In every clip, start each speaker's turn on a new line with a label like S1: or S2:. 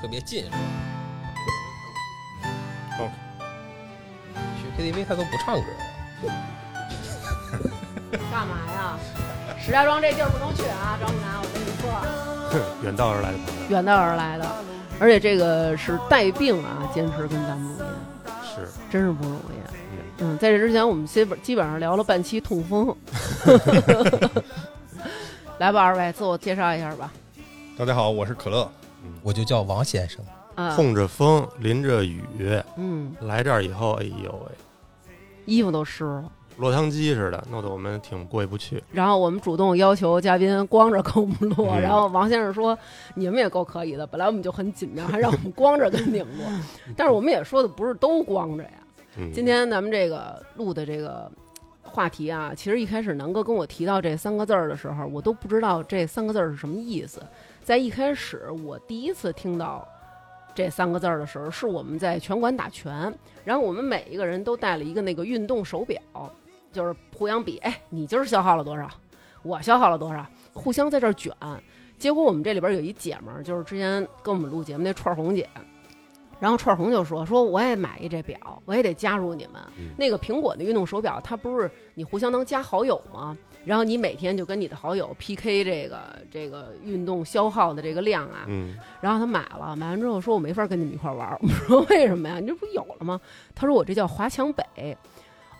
S1: 特别近，是吧？
S2: 哦
S1: 去 KTV 他都不唱歌，
S3: 干嘛呀？石家庄这地儿不能去啊，张木南，我跟你说，
S2: 远道而来的朋友
S3: 远道而来的，而且这个是带病啊，坚持跟咱们录音，
S2: 是
S3: 真是不容易。嗯，在这之前，我们基本基本上聊了半期痛 风。 来吧，二位自我介绍一下吧。
S4: 大家好，我是可乐。
S1: 我就叫王先生。
S3: 啊，
S2: 碰着风，淋着雨，
S3: 嗯，
S2: 来这儿以后，哎呦喂，
S3: 衣服都湿了。
S2: 落汤鸡似的，弄得我们挺过意不去。
S3: 然后我们主动要求嘉宾光着跟我们录，
S2: 嗯
S3: 然后王先生说：“你们也够可以的，本来我们就很紧张，还让我们光着跟你们录。但是我们也说的不是都光着呀。
S2: 嗯，
S3: 今天咱们这个录的这个话题啊，其实一开始南哥跟我提到这三个字儿的时候，我都不知道这三个字儿是什么意思。在一开始我第一次听到这三个字儿的时候，是我们在拳馆打拳，然后我们每一个人都带了一个那个运动手表，就是互相比，哎，你今儿消耗了多少，我消耗了多少，互相在这儿卷。结果我们这里边有一姐们儿，就是之前跟我们录节目那串儿红姐，然后串儿红就说说我也买一这表，我也得加入你们。那个苹果的运动手表，它不是你互相能加好友吗？然后你每天就跟你的好友 PK 这个这个运动消耗的这个量啊，
S2: 嗯，
S3: 然后他买了，买完之后说我没法跟你们一块儿玩儿。我们说 为什么呀？你这不有了吗？他说我这叫华强北。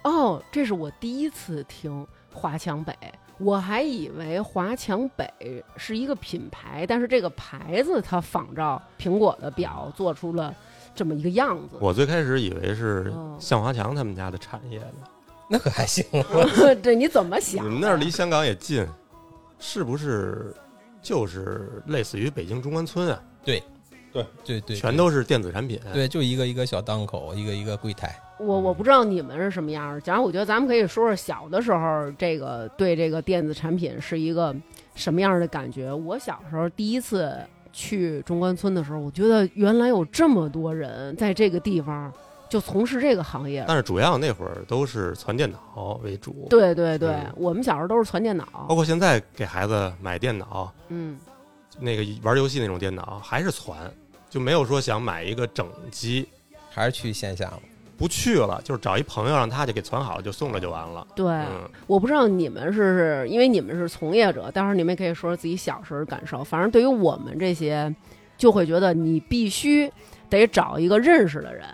S3: 哦，这是我第一次听华强北，我还以为华强北是一个品牌，但是这个牌子它仿照苹果的表做出了这么一个样子。
S2: 我最开始以为是
S3: 哦
S2: 向华强他们家的产业呢，
S1: 那可还行，
S3: 这你怎么
S2: 你
S3: 想？
S2: 们那儿离香港也近，是不是就是类似于北京中关村啊？
S1: 对对，
S2: 全都是电子产品。
S1: 对，就一个一个小档口，一个一个柜台。
S3: 我我不知道你们是什么样儿，然后我觉得咱们可以说说小的时候这个对这个电子产品是一个什么样的感觉。我小时候第一次去中关村的时候，我觉得原来有这么多人在这个地方就从事这个行业。
S2: 但是主要那会儿都是传电脑为主，，
S3: 对对对
S2: 嗯，
S3: 我们小时候都是传电
S2: 包
S3: 脑，
S2: 括现在给孩子买电脑，
S3: 嗯，
S2: 那个玩游戏那种电脑还是传，就没有说想买一个整机，
S1: 还是去线下嘛。
S2: 不去了，就是找一朋友让他就给传好了，就送了就完了。
S3: 对。
S2: 嗯，
S3: 我不知道你们是因为你们是从业者，待会儿你们也可以说说自己小时候的感受。反正对于我们这些，就会觉得你必须得找一个认识的人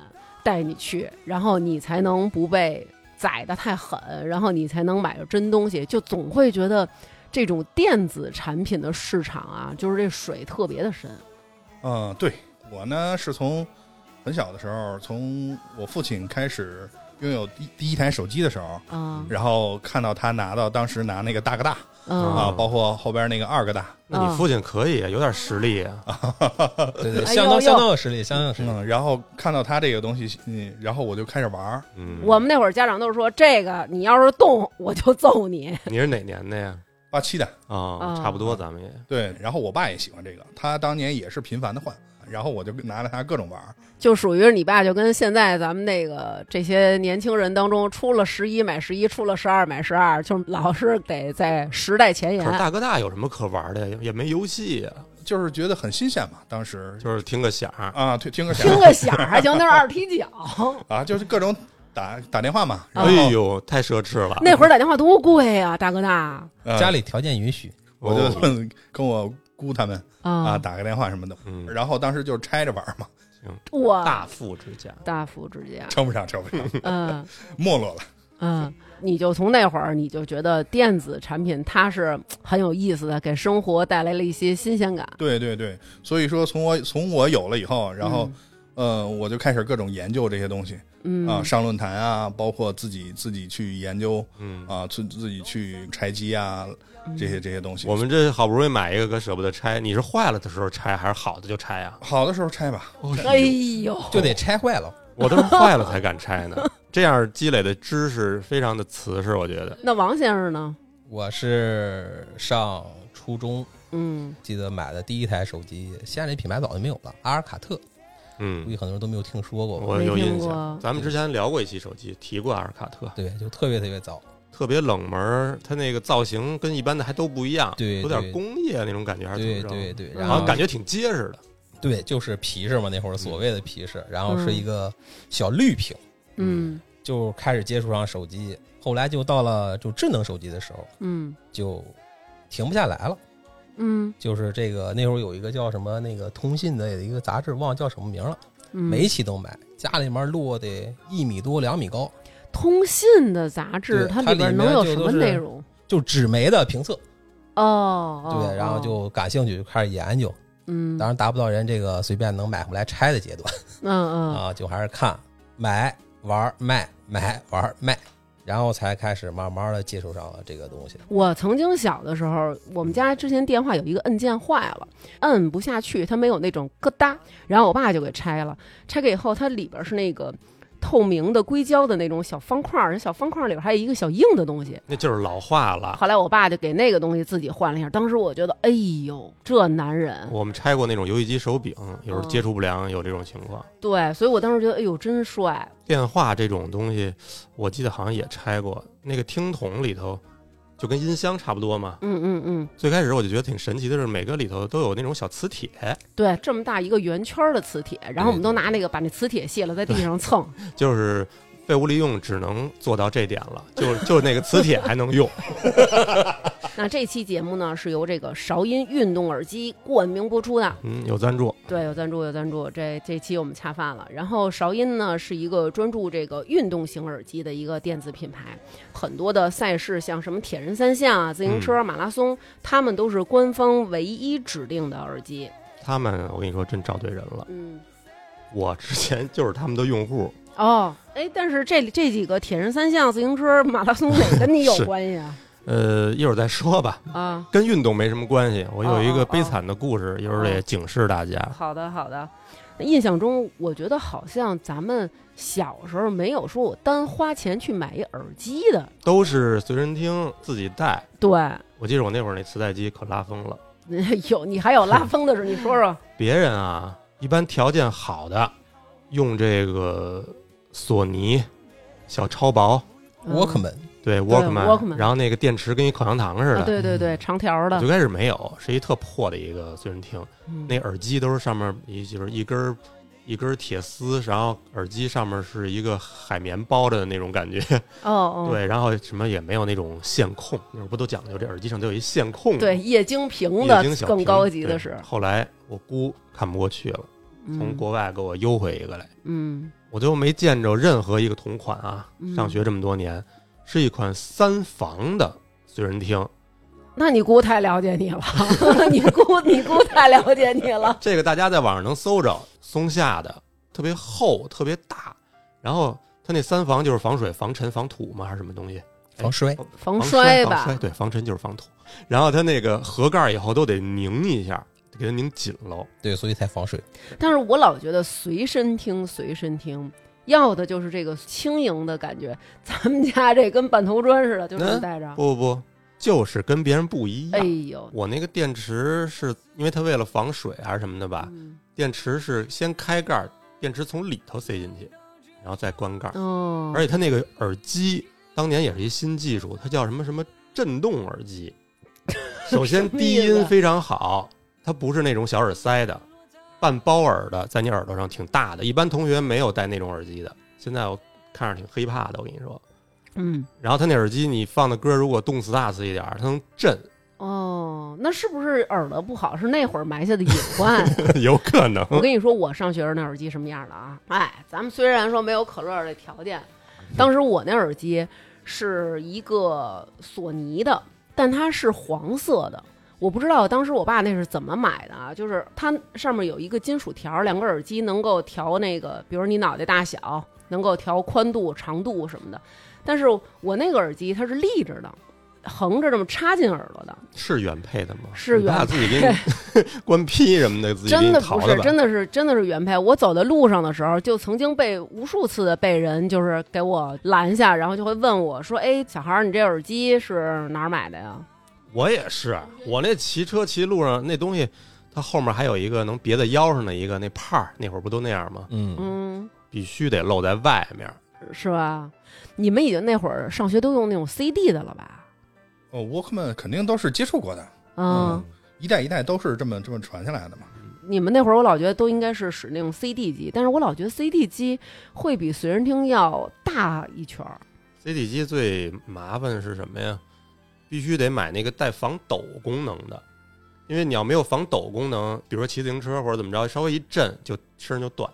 S3: 带你去，然后你才能不被宰得太狠，然后你才能买着真东西。就总会觉得这种电子产品的市场啊，就是这水特别的深。
S4: 嗯，对我呢是从很小的时候，从我父亲开始拥有第第一台手机的时候，
S3: 啊
S4: 然后看到他拿到当时拿那个大哥大
S3: 嗯，
S4: 啊，包括后边那个二哥大，
S2: 那你父亲可以有点实力啊，
S1: 对对，
S3: 哎呦
S1: 相当
S3: 呦
S1: 相当有实力，相当有实力。
S4: 嗯，然后看到他这个东西，嗯，然后我就开始玩儿，
S2: 嗯，
S3: 我们那会儿家长都说这个，你要是动 我就揍你。
S2: 你是哪年的呀？
S4: 八七的，
S2: 啊、
S3: 啊
S2: 差不多，咱们也
S4: 对，然后我爸也喜欢这个，他当年也是频繁的换，然后我就拿着他各种玩儿，
S3: 就属于你爸，就跟现在咱们那个这些年轻人当中，出了十一买十一，出了十二买十二，就是老是得在时代前沿
S2: 可。是大哥大有什么可玩的呀？也没游戏呀、
S4: 就是觉得很新鲜嘛，当时就
S2: 就是听个响儿。
S4: 啊，听听 个响
S3: 听个响儿还行，那是二踢脚。
S4: 啊，就是各种打打电话嘛，然后
S2: 哎呦，太奢侈了！
S3: 嗯那会儿打电话多贵呀、大哥大
S2: 嗯
S4: 呃
S1: 家里条件允许，
S4: 我就跟我姑他们啊
S3: 啊！
S4: 打个电话什么的，
S2: 哦嗯，
S4: 然后当时就拆着玩嘛，
S3: 我
S2: 大富之家，
S3: 大富之家，
S4: 称不上，称不 上，
S3: 嗯
S4: 没落了。
S3: 嗯，你就从那会儿你就觉得电子产品它是很有意思的，给生活带来了一些新鲜感。
S4: 对对对，所以说从我从我有了以后，然后、呃我就开始各种研究这些东西
S3: 嗯
S4: 啊、上论坛啊，包括自己自己去研究
S2: 嗯，
S4: 啊，自自己去拆机啊
S3: 嗯
S4: 这些这些东西。
S2: 我们这好不容易买一个，可舍不得拆。你是坏了的时候拆，还是好的就拆 啊？
S4: 好的时候拆吧，
S3: 哎呦，
S1: 就得拆坏了。
S2: 我都是坏了才敢拆呢。这样积累的知识非常的瓷实，我觉得。
S3: 那王先生呢？
S1: 我是上初中，
S3: 嗯
S1: 记得买的第一台手机，现在这品牌早就没有了，阿尔卡特，估
S2: 嗯
S1: 计，很多人都没有听说过吧。
S2: 我有
S3: 没听
S2: 印
S3: 过
S2: 象。咱们之前聊过一期手机，提过阿尔卡特，
S1: 对，就特别特别早。
S2: 特别冷门儿，它那个造型跟一般的还都不一样，
S1: 对
S2: 有点
S1: 对
S2: 工业那种感觉，还是怎
S1: 对
S2: 么着？
S1: 对对，
S3: 嗯
S1: 然
S2: 好
S1: 后
S2: 像感觉挺结实的。
S1: 对，就是皮氏嘛，那会儿所谓的皮氏，然后是一个小绿屏，
S3: 嗯
S1: 就开始接触上手机，后来就到了就智能手机的时候，
S3: 嗯
S1: 就停不下来了。
S3: 嗯
S1: 就是这个那会儿有一个叫什么那个通信的有一个杂志，忘了叫什么名了，
S3: 嗯，
S1: 每一期都买，家里面摞得一米多两米高，
S3: 通信的杂志，
S1: 对它
S3: 里边
S1: 里面
S3: 能有
S1: 就
S3: 什
S1: 都
S3: 么
S1: 是
S3: 内容？
S1: 就纸媒的评测，
S3: 哦，哦
S1: 对，然后
S3: 哦
S1: 就感兴趣就开始研究，
S3: 嗯，
S1: 当然达不到人这个随便能买回来拆的阶段
S3: 嗯嗯
S1: 啊，就还是看买玩儿卖买玩儿卖，然后才开始慢慢的接触上了这个东西。
S3: 我曾经小的时候，我们家之前电话有一个按键坏了，摁不下去，它没有那种咯哒，然后我爸就给拆了。拆开以后，它里边是那个透明的硅胶的那种小方块儿，那小方块儿里边还有一个小硬的东西。
S2: 那就是老化了。
S3: 后来我爸就给那个东西自己换了一下，当时我觉得，哎呦，这男人，
S2: 我们拆过那种游戏机手柄，有时候
S3: 嗯
S2: 接触不良有这种情况。
S3: 对，所以我当时觉得，哎呦，真帅，
S2: 电话这种东西，我记得好像也拆过。那个听筒里头就跟音箱差不多嘛。
S3: 嗯嗯嗯，
S2: 最开始我就觉得挺神奇的是，每个里头都有那种小磁铁，
S3: 对，这么大一个圆圈儿的磁铁，然后我们
S1: 对
S3: 都拿那个把那磁铁卸了，在地上蹭，
S2: 就是废物利用只能做到这点了，就就那个磁铁还能用。
S3: 那这期节目呢，是由这个韶音运动耳机冠名播出的。
S2: 嗯，有赞助，
S3: 对，有赞助，有赞助。这这期我们恰饭了。然后韶音呢，是一个专注这个运动型耳机的一个电子品牌，很多的赛事，像什么铁人三项啊、自行车、马拉松，他们都是官方唯一指定的耳机。
S2: 他们我跟你说真找对人了。
S3: 嗯，
S2: 我之前就是他们的用户，
S3: 哦，哎，但是这这几个铁人三项、自行车、马拉松哪跟你有
S2: 是
S3: 关系啊？
S2: 呃，一会儿再说吧，
S3: 啊，
S2: 跟运动没什么关系。我有一
S3: 哦哦
S2: 个
S3: 哦
S2: 悲惨的故事，一会儿也警示大家。
S3: 好的，好的。那印象中，我觉得好像咱们小时候没有说我单花钱去买一耳机的。
S2: 都是随身听自己带。
S3: 对，
S2: 我记得我那会儿那磁带机可拉风了，
S3: 有你还有拉风的时候，你说说。
S2: 别人啊，一般条件好的用这个索尼小超薄，
S1: 沃克曼，
S2: 对
S3: Walkman
S2: 然后那个电池跟一口香糖似
S3: 啊，
S2: 的。
S3: 对对对，长条
S2: 我
S3: 的
S2: 最，开始没有，是一特破的一个随身听，
S3: 嗯
S2: 那耳机都是上面一就是一根儿一根儿铁丝，然后耳机上面是一个海绵包着的那种感觉，
S3: 哦哦，
S2: 对，然后什么也没有那种线控，那会儿不都讲究这耳机上都有一线控吗？
S3: 对液晶屏
S2: 液
S3: 的
S2: 晶小
S3: 更
S2: 屏
S3: 高级
S2: 对
S3: 的是，
S2: 后来我姑看不过去了，从
S3: 嗯
S2: 国外给我邮回一个来，
S3: 嗯
S2: 我就没见着任何一个同款啊。
S3: 嗯
S2: 上学这么多年，是一款三防的随身听，
S3: 那你姑太了解你了， 你姑你姑太了解你了，
S2: 这个大家在网上能搜着，松下的，特别厚，特别大，然后它那三防就是防水、防尘、防土吗？还是什么东西？
S1: 防摔，
S3: 防
S2: 摔
S3: 吧
S2: 防，摔对，防尘就是防土。然后它那个盒盖以后都得拧一下，给它拧紧喽。
S1: 对，所以才防水。
S3: 但是我老觉得随身听，随身听。要的就是这个轻盈的感觉，咱们家这跟半头砖似的，就这么
S2: 嗯
S3: 带着。
S2: 不不不，就是跟别人不一样。
S3: 啊哎呦，
S2: 我那个电池是因为它为了防水还是什么的吧？
S3: 嗯
S2: 电池是先开盖儿，电池从里头塞进去，然后再关盖儿。
S3: 哦，
S2: 而且它那个耳机当年也是一新技术，它叫什么什么震动耳机。首先 低
S3: 什么意
S2: 音
S3: 思啊
S2: 非常好，它不是那种小耳塞的，半包耳的，在你耳朵上挺大的。一般同学没有戴那种耳机的，现在我看着挺黑怕的，我跟你说。
S3: 嗯，
S2: 然后它那耳机你放的歌如果动次打次一点儿，它能震，
S3: 哦，那是不是耳朵不好？是那会儿埋下的隐患？
S2: 有可能。
S3: 我跟你说，我上学时候那耳机什么样的啊？哎，咱们虽然说没有可乐的条件，当时我那耳机是一个索尼的，但它是黄色的。我不知道当时我爸那是怎么买的啊，就是它上面有一个金属条，两个耳机能够调那个，比如你脑袋大小，能够调宽度、长度什么的。但是我那个耳机它是立着的，横着这么插进耳朵的，
S2: 是原配的吗？
S3: 是原配
S2: 你爸自己给你 关批什么的，自己给
S3: 真
S2: 你
S3: 的
S2: 淘
S3: 不
S2: 的
S3: 是，
S2: 吧？
S3: 真的是，真的是原配。我走在路上的时候，就曾经被无数次的被人就是给我拦下，然后就会问我说：“哎，小孩儿，你这耳机是哪儿买的呀
S2: 我也是，我那骑车骑路上那东西，它后面还有一个能别在腰上的一个那帕儿，那会儿不都那样吗？
S1: 嗯，？”
S3: 嗯，
S2: 必须得露在外面。
S3: 是吧？你们已经那会儿上学都用那种 CD 的了吧？
S4: 呃哦，Walkman 肯定都是接触过的，
S3: 嗯，
S4: 一代一代都是这么这么传下来的嘛。
S3: 你们那会儿我老觉得都应该是使那种 CD 机，但是我老觉得 CD 机会比随身听要大一圈儿。
S2: CD 机最麻烦是什么呀？必须得买那个带防抖功能的，因为你要没有防抖功能，比如说骑自行车或者怎么着，稍微一震就声儿就断。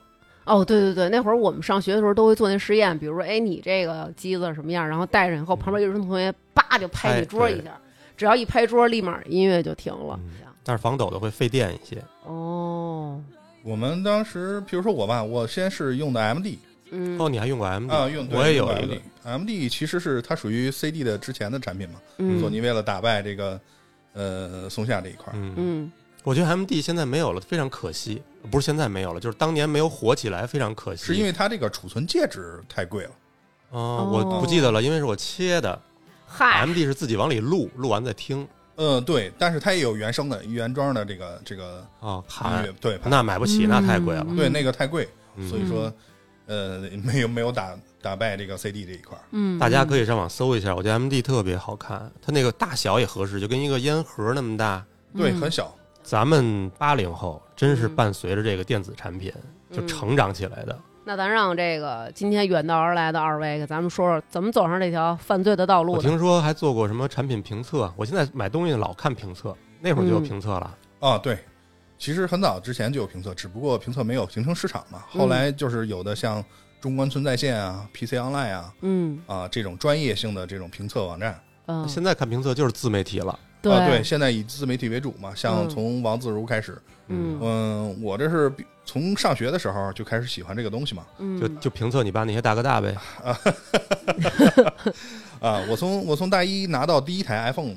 S3: 哦，对对对，那会儿我们上学的时候都会做那实验，比如说，哎，你这个机子什么样，然后戴上以后，
S2: 嗯
S3: 旁边有同学叭就拍你桌一下，只要一拍桌，立马音乐就停了。
S2: 嗯但是防抖的会费电一些，
S3: 哦，
S4: 我们当时，比如说我吧，我先是用的 MD
S3: 嗯
S2: 哦，你还用过 MD？、
S4: 啊，用对
S2: 我也有
S4: 用
S2: 一
S4: 的
S2: 个
S4: MD，MD 其实是它属于 CD 的之前的产品嘛。索
S3: 嗯
S4: 尼为了打败这个呃松下这一块儿，
S2: 嗯，
S3: 嗯，
S2: 我觉得 MD 现在没有了，非常可惜。不是现在没有了，就是当年没有火起来，非常可惜。
S4: 是因为它这个储存介质太贵了。
S2: 哦，
S3: 哦
S2: 我不记得了，因为是我切的。
S3: 嗨，
S2: MD 是自己往里录，录完再听
S4: 嗯、对，但是它也有原生的原装的这个这个
S2: 啊，
S4: 音
S2: 盘
S4: 乐，对盘
S2: 那买不起，那太贵了。
S3: 嗯
S4: 对那个太贵，
S2: 嗯
S4: 所以说呃没有没有打打败这个 CD 这一块儿。
S3: 嗯，
S2: 大家可
S3: 以，
S2: 以上网搜一下，我觉得 MD 特别好看，它那个大小也合适，就跟一个烟盒那么大。
S4: 对，
S3: 嗯
S4: 很小，
S2: 咱们八零后真是
S3: 嗯
S2: 伴随着这个电子产品就
S3: 嗯
S2: 成长起来的。
S3: 那咱让这个今天远道而来的二位给咱们说说怎么走上这条犯罪的道路
S2: 我
S3: 的。
S2: 听说还做过什么产品评测，我现在买东西老看评测，那会儿就有
S3: 嗯
S2: 评测了。
S4: 啊，对，其实很早之前就有评测，只不过评测没有形成市场嘛。
S2: 嗯
S4: 后来就是有的像中关村在线啊、PC Online 啊
S3: 嗯
S4: 啊这种专业性的这种评测网站。
S3: 嗯，
S2: 现在哦看评测就是自媒体了，
S3: 对
S4: 啊，对，，现在以自媒体为主嘛，像
S3: 嗯
S4: 从王自如开始，
S3: 嗯
S4: 嗯，我这是比从上学的时候就开始喜欢这个东西嘛，
S3: 嗯，
S2: 就就评测你爸那些大哥大呗。
S4: 啊，我从我从大一拿到第一台 iPhone，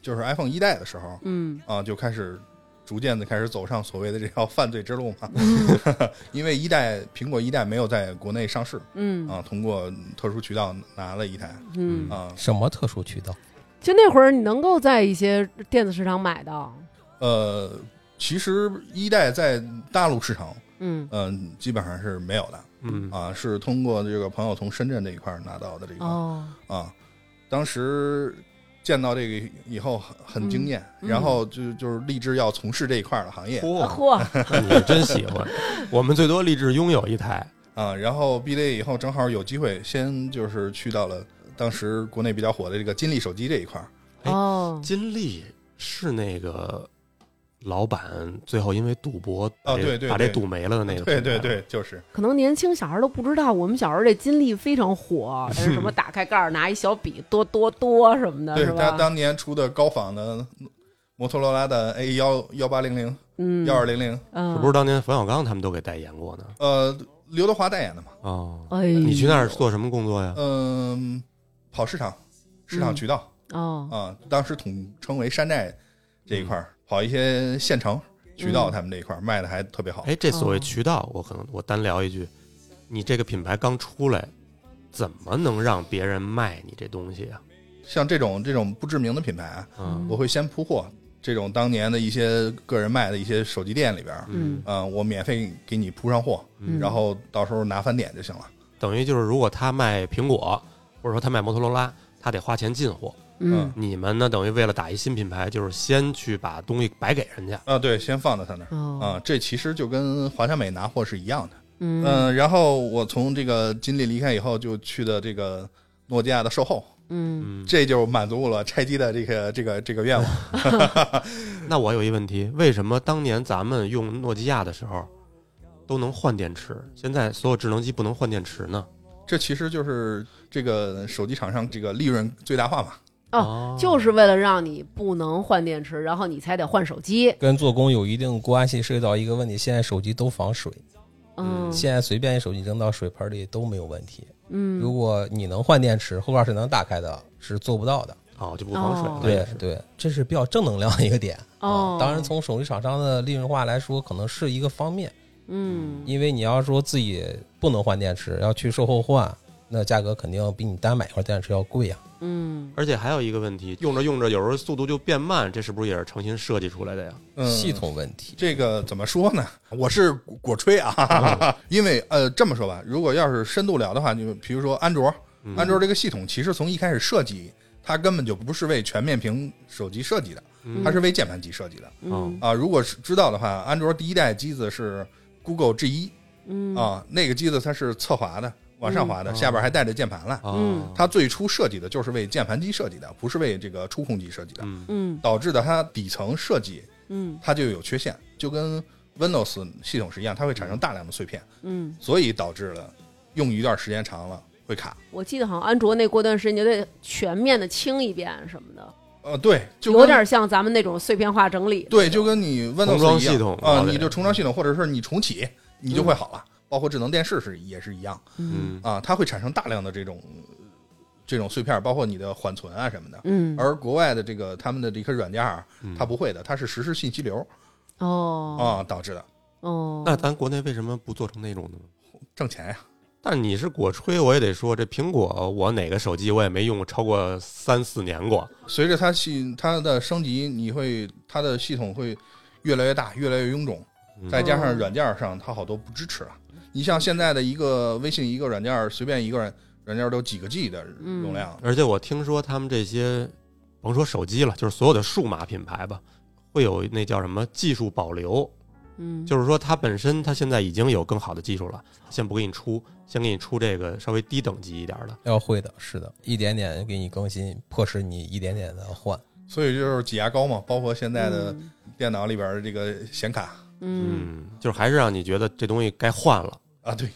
S4: 就是 iPhone 一代的时候，
S3: 嗯
S4: 啊，就开始逐渐的开始走上所谓的这条犯罪之路嘛，
S3: 嗯
S4: 因为一代苹果一代没有在国内上市，
S3: 嗯
S4: 啊，通过特殊渠道拿了一台，
S3: 嗯，
S4: 啊，
S1: 什么特殊渠道？
S3: 就那会儿你能够在一些电子市场买到，
S4: 呃，其实一代在大陆市场，
S3: 嗯
S4: 嗯、基本上是没有的，
S2: 嗯，
S4: 啊，是通过这个朋友从深圳这一块儿拿到的这个。
S3: 哦，
S4: 啊，当时见到这个以后很很惊艳，
S3: 嗯嗯
S4: 然后就就是立志要从事这一块儿的行业
S2: 嚯、
S3: 啊嚯，
S2: 你是真喜欢。我们最多立志拥有一台，
S4: 啊。然后毕业以后，正好有机会，先就是去到了当时国内比较火的这个金立手机这一块儿。
S2: 哎
S3: 哦，
S2: 金立是那个老板最后因为赌博把
S4: 哦
S2: 这
S4: 对对
S2: 把这
S4: 对
S2: 赌没了的那个。
S4: 对对，对，就是
S3: 可能年轻小孩都不知道，我们小时候这金立非常火，是什么打开盖儿拿一小笔多多多什么的，
S4: 对
S3: 啊是
S4: 他
S3: 吧？
S4: 当年出的高仿的摩托罗拉的 A 幺幺八零零
S3: 嗯，
S4: 幺二零零，
S3: 嗯，
S2: 是不是当年冯小刚他们都给代言过呢？
S4: 呃，刘德华代言的嘛，
S2: 哦，
S3: 哎，
S2: 你去那儿做什么工作呀？
S4: 嗯、跑市场，市场
S3: 嗯
S4: 渠道
S3: 哦，
S4: 啊，当时统称为山寨这一块儿，跑一些县城渠道，
S3: 嗯
S4: 他们这一块儿卖的还特别好。
S2: 哎，这所
S3: 哦
S2: 谓渠道，我可能我单聊一句，你这个品牌刚出来，怎么能让别人卖你这东西啊？
S4: 像这种这种不知名的品牌啊，
S2: 嗯
S4: 我会先铺货。这种当年的一些个人卖的一些手机店里边儿，
S3: 嗯
S4: 嗯、我免费给你铺上货，
S3: 嗯
S4: 然后到时候拿返点就行了。
S2: 等于就是，如果他卖苹果，或者说他卖摩托罗拉，他得花钱进货。
S4: 啊
S3: 嗯
S2: 你们呢，等于为了打一新品牌，就是先去把东西白给人家。
S4: 啊，对，先放在他那儿。
S3: 哦，
S4: 啊，这其实就跟华强北拿货是一样的。
S3: 嗯
S4: 嗯、然后我从这个金立离开以后，就去的这个诺基亚的售后，
S3: 嗯
S2: 嗯，
S4: 这就满足我了拆机的这个这个这个愿望。
S2: 那我有一问题，为什么当年咱们用诺基亚的时候都能换电池，现在所有智能机不能换电池呢？
S4: 这其实就是这个手机厂商这个利润最大化嘛。
S3: 哦就是为了让你不能换电池，然后你才得换手机，
S1: 跟做工有一定关系。涉及到一个问题，现在手机都防水，
S3: 嗯
S1: 现在随便一手机扔到水盆里都没有问题。如
S3: 嗯，
S1: 果你能换电池，后盖是能打开的，是做不到的。
S2: 哦，就不防水了。
S3: 哦
S1: 对对，这是比较正能量的一个点
S3: 哦
S1: 啊。当然，从手机厂商的利润化来说，可能是一个方面，
S3: 嗯
S1: 因为你要说自己不能换电池，要去售后换，那价格肯定比你单买一块电池要贵啊。
S3: 嗯，
S2: 而且还有一个问题，用着用着有时候速度就变慢，这是不是也是诚心设计出来的呀？
S4: 嗯，
S1: 系统问题，
S4: 这个怎么说呢？我是果吹啊， 因为呃，这么说吧，如果要是深度聊的话，就比如说安卓，
S2: 嗯
S4: 安卓这个系统其实从一开始设计，它根本就不是为全面屏手机设计的，
S2: 嗯
S4: 它是为键盘机设计的
S3: 嗯
S4: 啊。如果是知道的话，安卓第一代机子是 Google G 一
S3: 嗯
S4: 啊，那个机子它是侧滑的，往上滑的，
S2: 嗯
S4: 下边还带着键盘了。
S2: 啊
S3: 嗯，
S4: 它最初设计的就是为键盘机设计的，不是为这个触控机设计的，
S2: 嗯
S3: 嗯
S4: 导致的它底层设计
S3: 嗯
S4: 它就有缺陷，就跟 Windows 系统是一样，它会产生大量的碎片，
S3: 嗯，
S4: 所以导致了用一段时间长了会卡。
S3: 我记得好像安卓那过段时间就得全面的清一遍什么的，
S4: 呃，对，就
S3: 有
S4: 跟
S3: 点像咱们那种碎片化整理。
S4: 对，就跟你 Windows
S2: 装
S4: 一样
S2: 系统
S4: 啊、
S2: 老得
S4: 你就重装系统，或者是你重启，你就会好了。包括智能电视是也是一样
S2: 嗯
S4: 啊，它会产生大量的这种这种碎片，包括你的缓存啊什么的。
S3: 嗯
S4: 而国外的这个他们的这个软件儿，
S2: 嗯
S4: 它不会的，它是实时信息流
S3: 哦
S4: 啊导致的，
S3: 哦，
S2: 那咱国内为什么不做成那种呢？
S4: 挣钱呀、
S2: 但你是果吹，我也得说，这苹果我哪个手机我也没用过超过三四年过。
S4: 随着它系它的升级，你会它的系统会越来越大，越来越臃肿，
S2: 嗯
S4: 再加上软件儿上它好多不支持了。你像现在的一个微信一个软件儿，随便一个软软件儿都几个 G 的容量，
S2: 而且我听说他们这些，甭说手机了，就是所有的数码品牌吧，会有那叫什么技术保留，
S3: 嗯
S2: 就是说它本身它现在已经有更好的技术了，先不给你出，先给你出这个稍微低等级一点的。
S1: 要会的，是的，一点点给你更新，迫使你一点点的换。
S4: 所以就是挤牙膏嘛，包括现在的电脑里边儿这个显卡
S3: 嗯
S2: 嗯，就是还是让你觉得这东西该换了。
S4: 啊，对，
S2: 哎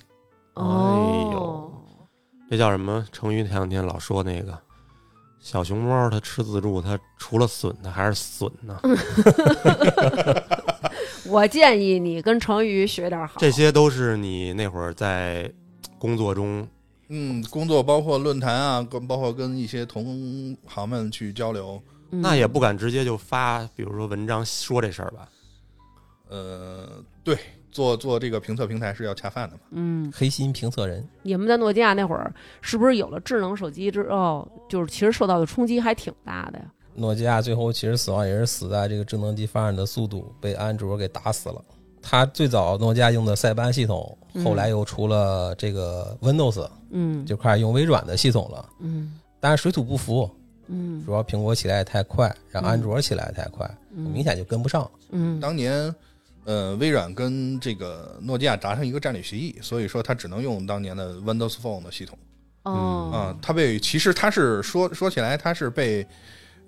S3: 哦
S2: 呦，这叫什么？成语前两天老说那个小熊猫，它吃自助，它除了损，它还是损呢。
S3: 我建议你跟成宇学点好。
S2: 这些都是你那会儿在工作中，
S4: 嗯，工作包括论坛啊，跟包括跟一些同行们去交流，
S3: 嗯
S2: 那也不敢直接就发，比如说文章说这事儿吧。
S4: 呃，对，做做这个评测平台是要恰饭的嘛，
S3: 嗯，
S1: 黑心评测人，
S3: 你们在诺基亚那会儿，是不是有了智能手机之后，就是其实受到的冲击还挺大的呀？
S1: 诺基亚最后其实死亡也是死在这个智能机发展的速度被安卓给打死了。它最早诺基亚用的塞班系统，
S3: 嗯
S1: 后来又出了这个 Windows，
S3: 嗯，
S1: 就开始用微软的系统了。
S3: 嗯
S1: 但是水土不服，
S3: 嗯
S1: 主要苹果起来也太快，让
S3: 嗯
S1: 安卓起来也太快，
S3: 嗯
S1: 明显就跟不上。
S3: 嗯
S4: 当年。呃，微软跟这个诺基亚达成一个战略协议，所以说它只能用当年的 Windows Phone 的系统
S3: 哦
S2: 嗯
S1: 嗯
S4: 啊。它被其实它是说说起来，它是被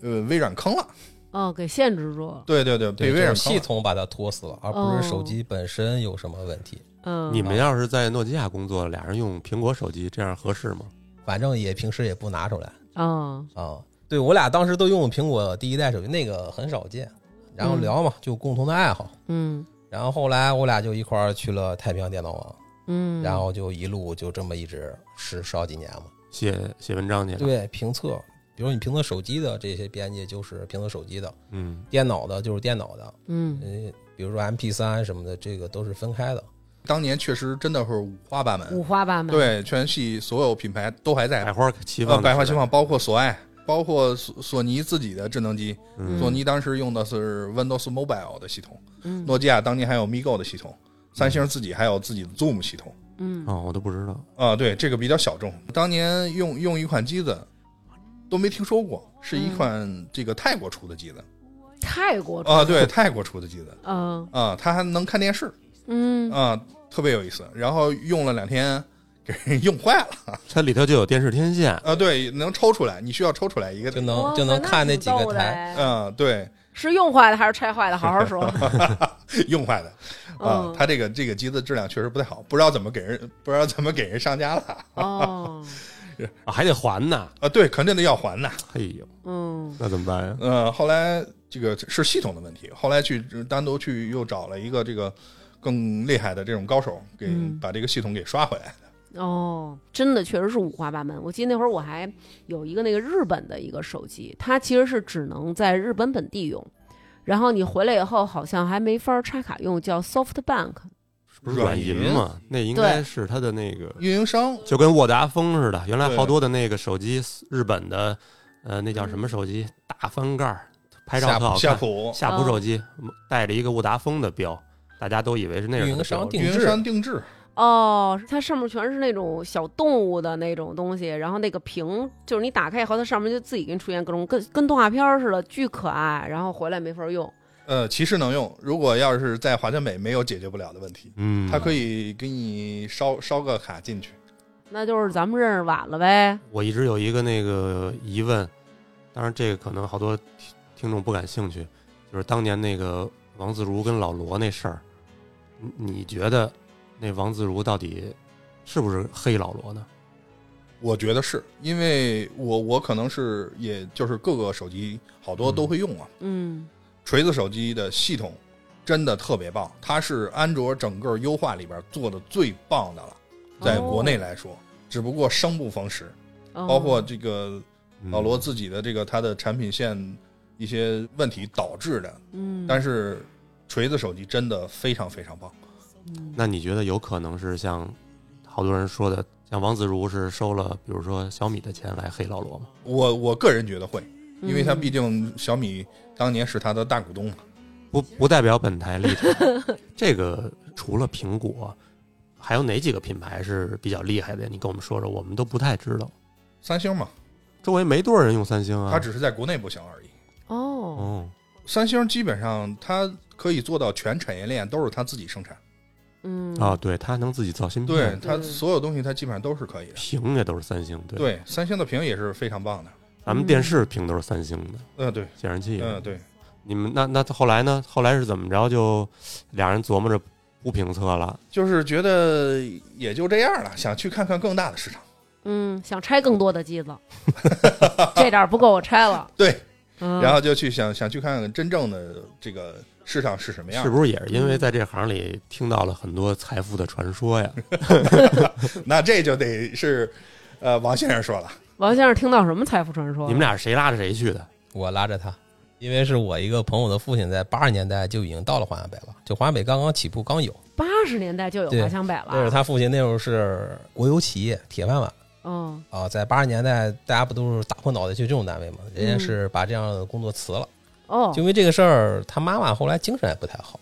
S4: 呃微软坑了，
S3: 哦给限制住了。
S4: 对对对，被
S1: 对，
S4: 微
S1: 就是
S4: 软坑
S1: 系
S4: 了。
S1: 统把它拖死了，而不是手机
S3: 哦
S1: 本身有什么问题。
S3: 嗯，
S2: 你们要是在诺基亚工作，俩人用苹果手机，这样合适吗？
S1: 反正也平时也不拿出来
S3: 啊
S1: 啊。对我俩当时都用苹果第一代手机，那个很少见。然后聊嘛，就共同的爱好。
S3: 嗯
S1: 然后后来我俩就一块儿去了太平洋电脑网，
S3: 嗯，
S1: 然后就一路就这么一直十十好几年嘛。
S2: 写写文章去了。，
S1: 对，评测，比如你评测手机的这些编辑就是评测手机的，
S2: 嗯，
S1: 电脑的就是电脑的，
S3: 嗯
S1: 嗯，比如说 MP 三什么的，这个都是分开的。
S4: 当年确实真的是五花八门，
S3: 五花八门。，
S4: 对，全系所有品牌都还在
S2: 百，花齐
S4: 呃，
S2: 放的时代，
S4: 百花齐放，包括索爱，包括索索尼自己的智能机，
S2: 嗯。
S4: 索尼当时用的是 Windows Mobile 的系统，
S3: 嗯
S4: 诺基亚当年还有 Migo 的系统，三星自己还有自己的 Zoom 系统。
S3: 嗯
S2: 哦，我都不知道。
S4: 啊，对，这个比较小众。当年用用一款机子都没听说过，是一款这个泰国出的机子
S3: 泰国
S1: 哦
S4: 啊，对，泰国出的机子
S3: 嗯
S4: 啊，它还能看电视
S1: 哦
S3: 嗯
S4: 啊，特别有意思。然后用了两天，给人用坏了
S2: 它里头就有电视天线，
S4: 啊，对，能抽出来，你需要抽出来一个
S1: 就
S3: 哇
S1: 能就能
S3: 哦那
S1: 看那
S3: 挺
S1: 几个
S3: 逗的
S1: 台，嗯
S3: 哎
S4: 啊，对，
S3: 是用坏的还是拆坏的？好好说。
S4: 用坏的啊
S3: 嗯，
S4: 它这个这个机子质量确实不太好，不知道怎么给人，不知道怎么给人上架了
S3: 哦，
S2: 啊还得还呢。
S4: 啊，对，肯定得要还呐。
S2: 嘿哎呦，
S3: 嗯
S2: 那怎么办呀？
S4: 嗯，后来这个是系统的问题，后来去呃单独去又找了一个这个更厉害的这种高手，给
S3: 嗯
S4: 把这个系统给刷回来。
S3: 哦，真的确实是五花八门。我记得那会儿我还有一个那个日本的一个手机，它其实是只能在日本本地用，然后你回来以后好像还没法儿插卡用，叫 SoftBank。
S2: 不是软银嘛？那应该是它的那个，
S4: 嗯运营商
S2: 就跟沃达丰似的。原来
S4: 对
S2: 好多的那个手机，日本的，呃，那叫什么手机？大翻盖儿，拍照
S1: 夏
S2: 特好看。
S4: 夏普
S2: 夏嗯普手机带着一个沃达丰的标，大家都以为是那个
S1: 运营商定
S4: 运营
S1: 制
S4: 商定制
S3: 哦，它上面全是那种小动物的那种东西，然后那个屏就是你打开以后，它上面就自己给你出现各种跟跟动画片儿似的，巨可爱。然后回来没法用，
S4: 呃，其实能用。如果要是在华强北没有解决不了的问题，
S2: 嗯
S4: 它可以给你烧烧个卡进去。
S3: 那就是咱们认识晚了呗。
S2: 我一直有一个那个疑问，当然这个可能好多听听众不感兴趣，就是当年那个王自如跟老罗那事儿，你你觉得那王自如到底是不是黑老罗呢？
S4: 我觉得是因为我我可能是也就是各个手机好多都会用啊，
S3: 嗯
S4: 锤子手机的系统真的特别棒，它是安卓整个优化里边做的最棒的了，在国内来说，只不过生不逢时，
S3: 哦
S4: 包括这个
S2: 嗯
S4: 老罗自己的这个他的产品线一些问题导致的，
S3: 嗯，
S4: 但
S3: 是
S4: 是锤子手机真的非常非常棒。
S3: 嗯
S2: 那你觉得有可能是像好多人说的，像王自如是收了比如说小米的钱来黑老罗吗？
S4: 我我个人觉得会，因为
S3: 嗯
S4: 他毕竟小米当年是他的大股东嘛。
S2: 不不代表本台立场。 这个除了苹果，还有哪几个品牌是比较厉害的？你跟我们说说，我们都不太知道。
S4: 三星嘛，
S2: 周围没多少人用三星啊。
S4: 它只是在国内不行而已。
S3: 哦
S2: 哦，
S4: 三星基本上它可以做到全产业链都是它自己生产，
S3: 嗯
S2: 啊，对，它能自己造芯
S4: 对
S2: 片，
S4: 它
S3: 嗯
S4: 所有东西它基本上都是可以的。
S2: 屏也都是三星，对，
S4: 对，三星的屏也是非常棒的。
S2: 咱们电视屏都是三星的
S4: 嗯，对，
S2: 显示器。
S4: 嗯，对，
S2: 你们那那后来呢？后来是怎么着？就俩人琢磨着不评测了。
S4: 就是觉得也就这样了，想去看看更大的市场。
S3: 嗯，想拆更多的机子， 这点儿不够我 拆了。
S4: 对，
S3: 嗯、
S4: 然后就去想想去看看真正的这个市场是什么样
S2: 是
S4: 的。
S2: 不是也是因为在这行里听到了很多财富的传说呀？
S4: 那这就得是，呃，王先生说了，
S3: 王先生听到什么财富传说？
S2: 你们俩是谁拉着谁去的？
S1: 我拉着他，因为是我一个朋友的父亲在八十年代就已经到了华强北了，就华强北刚刚起步，刚有。
S3: 八十年代就有
S1: 对
S3: 华强北了，
S1: 但是他父亲那时候是国有企业铁饭碗
S3: 嗯
S1: 啊，在八十年代大家不都是打破脑袋去这种单位嘛？人家
S3: 嗯
S1: 是把这样的工作辞了，
S3: 哦，
S1: 就因为这个事儿，他妈妈后来精神也不太好。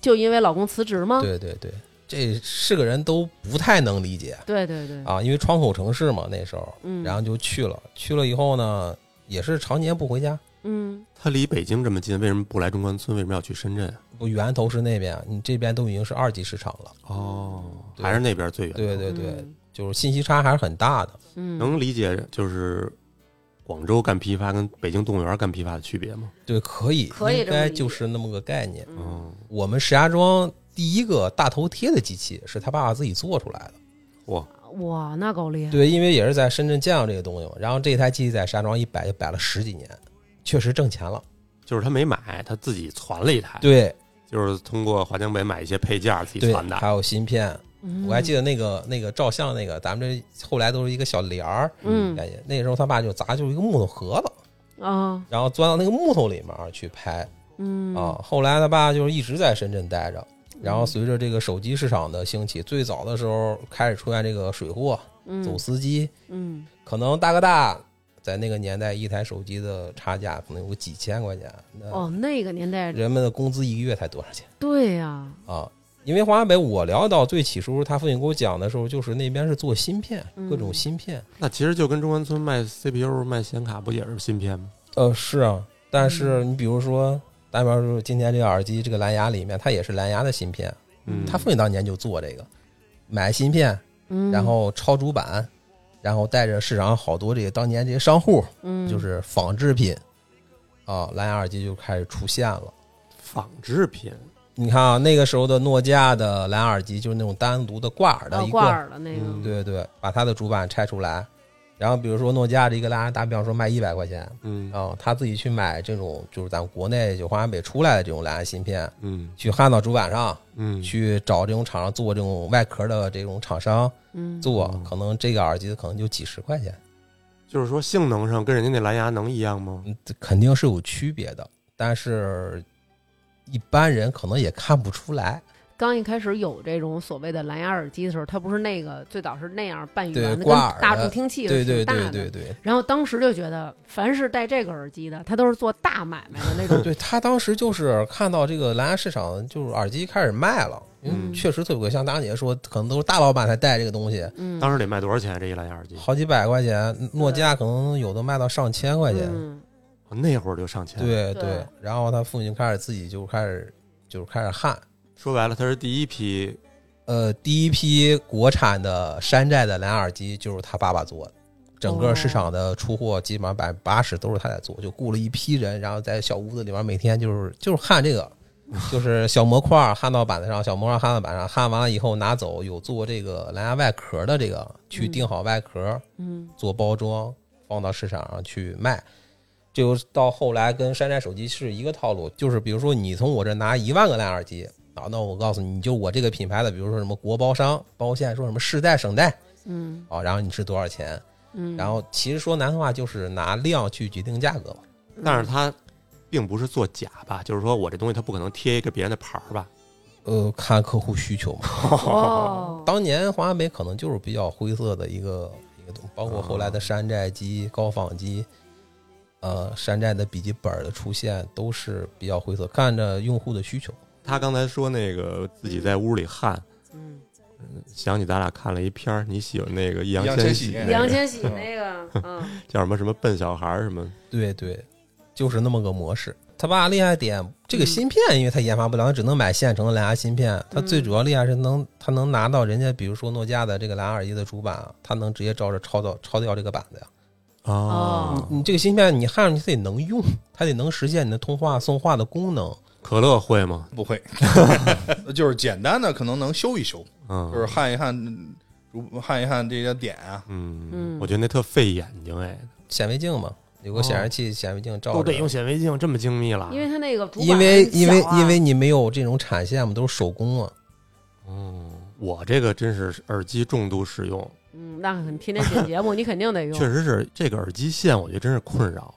S3: 就因为老公辞职吗？
S1: 对对对，这是个人都不太能理解
S3: 对对对，
S1: 啊，因为窗口城市嘛那时候，
S3: 嗯，
S1: 然后就去了，去了以后呢，也是常年不回家。
S3: 嗯
S2: 他离北京这么近，为什么不来中关村？为什么要去深圳啊？
S1: 不，源头是那边，你这边都已经是二级市场了。
S2: 哦，
S1: 对
S2: 还是那边最远。
S1: 对对对，
S3: 嗯
S1: 就是信息差还是很大的。
S3: 嗯，
S2: 能理解就是广州干批发跟北京动物园干批发的区别吗？
S1: 对，可以，
S3: 可以
S1: 应
S3: 这么
S1: 该
S3: 理解
S1: 就是那么个概念。
S3: 嗯
S2: 嗯，
S1: 我们石家庄第一个大头贴的机器是他爸爸自己做出来的。
S2: 哇，
S3: 嗯哇，那够厉害，
S1: 对，因为也是在深圳见到这个东西嘛，然后这台机器在石家庄一摆就摆了十几年，确实挣钱了。
S2: 就是他没买，他自己攒了一台，
S1: 对
S2: 就是通过华强北买一些配件儿自己
S1: 对
S2: 攒，的
S1: 还。有芯片，
S3: 嗯，
S1: 我还记得那个那个照相那个，咱们这后来都是一个小帘儿，
S3: 嗯
S1: 感觉那时候他爸就砸就是一个木头盒子，
S3: 啊，
S1: 然后钻到那个木头里面去拍
S3: 嗯
S1: 啊。后来他爸就是一直在深圳待着，然后随着这个手机市场的兴起，最早的时候开始出现这个水货、
S3: 嗯
S1: 走私机，
S3: 嗯
S1: 可能大哥大在那个年代一台手机的差价可能有个几千块钱，那
S3: 哦，那个年代，
S1: 人们的工资一个月才多少钱
S3: 对呀、
S1: 啊？因为华强北，我了解到最起初他父亲给我讲的时候，就是那边是做芯片，各种
S3: 嗯
S1: 芯片。
S2: 那其实就跟中关村卖 CPU、卖显卡不也是芯片吗？
S1: 呃，是啊，但是
S3: 嗯
S1: 你比如说，打比方说今天这个耳机这个蓝牙里面，它也是蓝牙的芯片，
S2: 嗯
S1: 他父亲当年就做这个，买芯片，
S3: 嗯，
S1: 然后抄主板，然后带着市场上好多这个当年这些商户，
S3: 嗯，
S1: 就是仿制品啊，蓝牙耳机就开始出现了。
S2: 仿制品，
S1: 你看啊，那个时候的诺基亚的蓝牙耳机就是那种单独的挂耳的
S3: 啊
S1: 一
S3: 挂
S1: 个，
S3: 耳的那个，
S2: 嗯
S1: 对对，把它的主板拆出来，然后比如说诺基亚这一个蓝牙，打比方说卖一百块钱，
S2: 嗯
S1: 啊，他自己去买这种就是咱们国内就华强北出来的这种蓝牙芯片，
S2: 嗯
S1: 去焊到主板上，
S2: 嗯，
S1: 去找这种厂商做这种外壳的这种厂商
S3: 嗯，
S1: 做
S2: 嗯，
S1: 可能这个耳机可能就几十块钱，
S2: 就是说性能上跟人家那蓝牙能一样吗？
S1: 嗯，这肯定是有区别的，但是一般人可能也看不出来。
S3: 刚一开始有这种所谓的蓝牙耳机的时候，它不是那个最早是那样半圆
S1: 对
S3: 的，跟
S1: 挂耳的
S3: 大助听器
S1: 对
S3: 是
S1: 对
S3: 挺大的。
S1: 对对对，
S3: 然后当时就觉得，凡是戴这个耳机的，他都是做 大买卖的那种。
S1: 对他当时就是看到这个蓝牙市场就是耳机开始卖了，因为
S2: 嗯
S1: 确实特别贵。像大姐说，可能都是大老板才带这个东西，
S3: 嗯，
S2: 当时得卖多少钱这一蓝牙耳机？
S1: 好几百块钱，诺基亚可能有的卖到上千块钱。
S3: 嗯
S2: 哦那会儿就上千。，
S1: 对
S3: 对
S1: 对，然后他父亲就开始自己就开始就是开始焊，
S2: 说白了，它是第一批
S1: 呃，第一批国产的山寨的蓝牙耳机就是他爸爸做的，整个市场的出货基本上百分之八十都是他在做，就雇了一批人，然后在小屋子里面每天就是就是焊这个，就是小模块儿焊到板子上，小模块儿焊到板上，焊完了以后拿走，有做这个蓝牙外壳的这个去
S3: 嗯
S1: 定好外壳，
S3: 嗯
S1: 做包装放到市场上去卖。这就到后来跟山寨手机是一个套路，就是比如说你从我这拿一万个蓝牙耳机啊，那我告诉你，你就我这个品牌的，比如说什么国包商包线，说什么市代省代
S3: 嗯
S1: 啊，然后你是多少钱？
S3: 嗯，
S1: 然后其实说难听话就是拿量去决定价格嘛。
S3: 嗯，
S2: 但是它并不是做假吧，就是说我这东西它不可能贴一个别人的牌儿吧？
S1: 呃，看客户需求嘛。
S3: 哦，
S1: 当年华为可能就是比较灰色的一个一个东西，包括后来的山寨机、高仿机，呃，山寨的笔记本的出现都是比较灰色，看着用户的需求。
S2: 他刚才说那个自己在屋里焊，
S3: 嗯，
S2: 想起咱俩看了一片儿，你喜欢那个易
S4: 易烊
S2: 烊
S4: 千玺
S2: 玺那
S4: 嗯
S2: 个，
S3: 易烊千玺 那个，嗯
S2: 叫什么什么笨小孩儿什么，
S1: 对对，就是那么个模式。他爸厉害点，这个芯片，因为他研发不了，他只能买现成的蓝牙芯片。他最主要厉害是能，他能拿到人家，比如说诺基亚的这个蓝牙耳机的主板，他能直接照着抄到抄掉这个板子呀。
S3: 哦
S1: 你这个芯片你焊上去，它得能用，它得能实现你的通话送话的功能。
S2: 可乐会吗？
S4: 不会，就是简单的可能能修一修，
S2: 嗯，
S4: 就是焊一焊，如焊一焊这些点啊，
S2: 嗯
S3: 嗯，
S2: 我觉得那特费眼睛哎，
S1: 显微镜嘛，有个显示器，显微镜照
S2: 都
S1: 着
S2: 得。哦用显微镜，这么精密了。
S3: 因为他那个主
S1: 因
S3: 板
S1: 为
S3: 很
S1: 因为
S3: 小啊
S1: 因为你没有这种产线嘛，都是手工啊。
S2: 我这个真是耳机重度使用，
S3: 嗯，那很天天剪节目，你肯定得用，
S2: 确实是这个耳机线，我觉得真是困扰，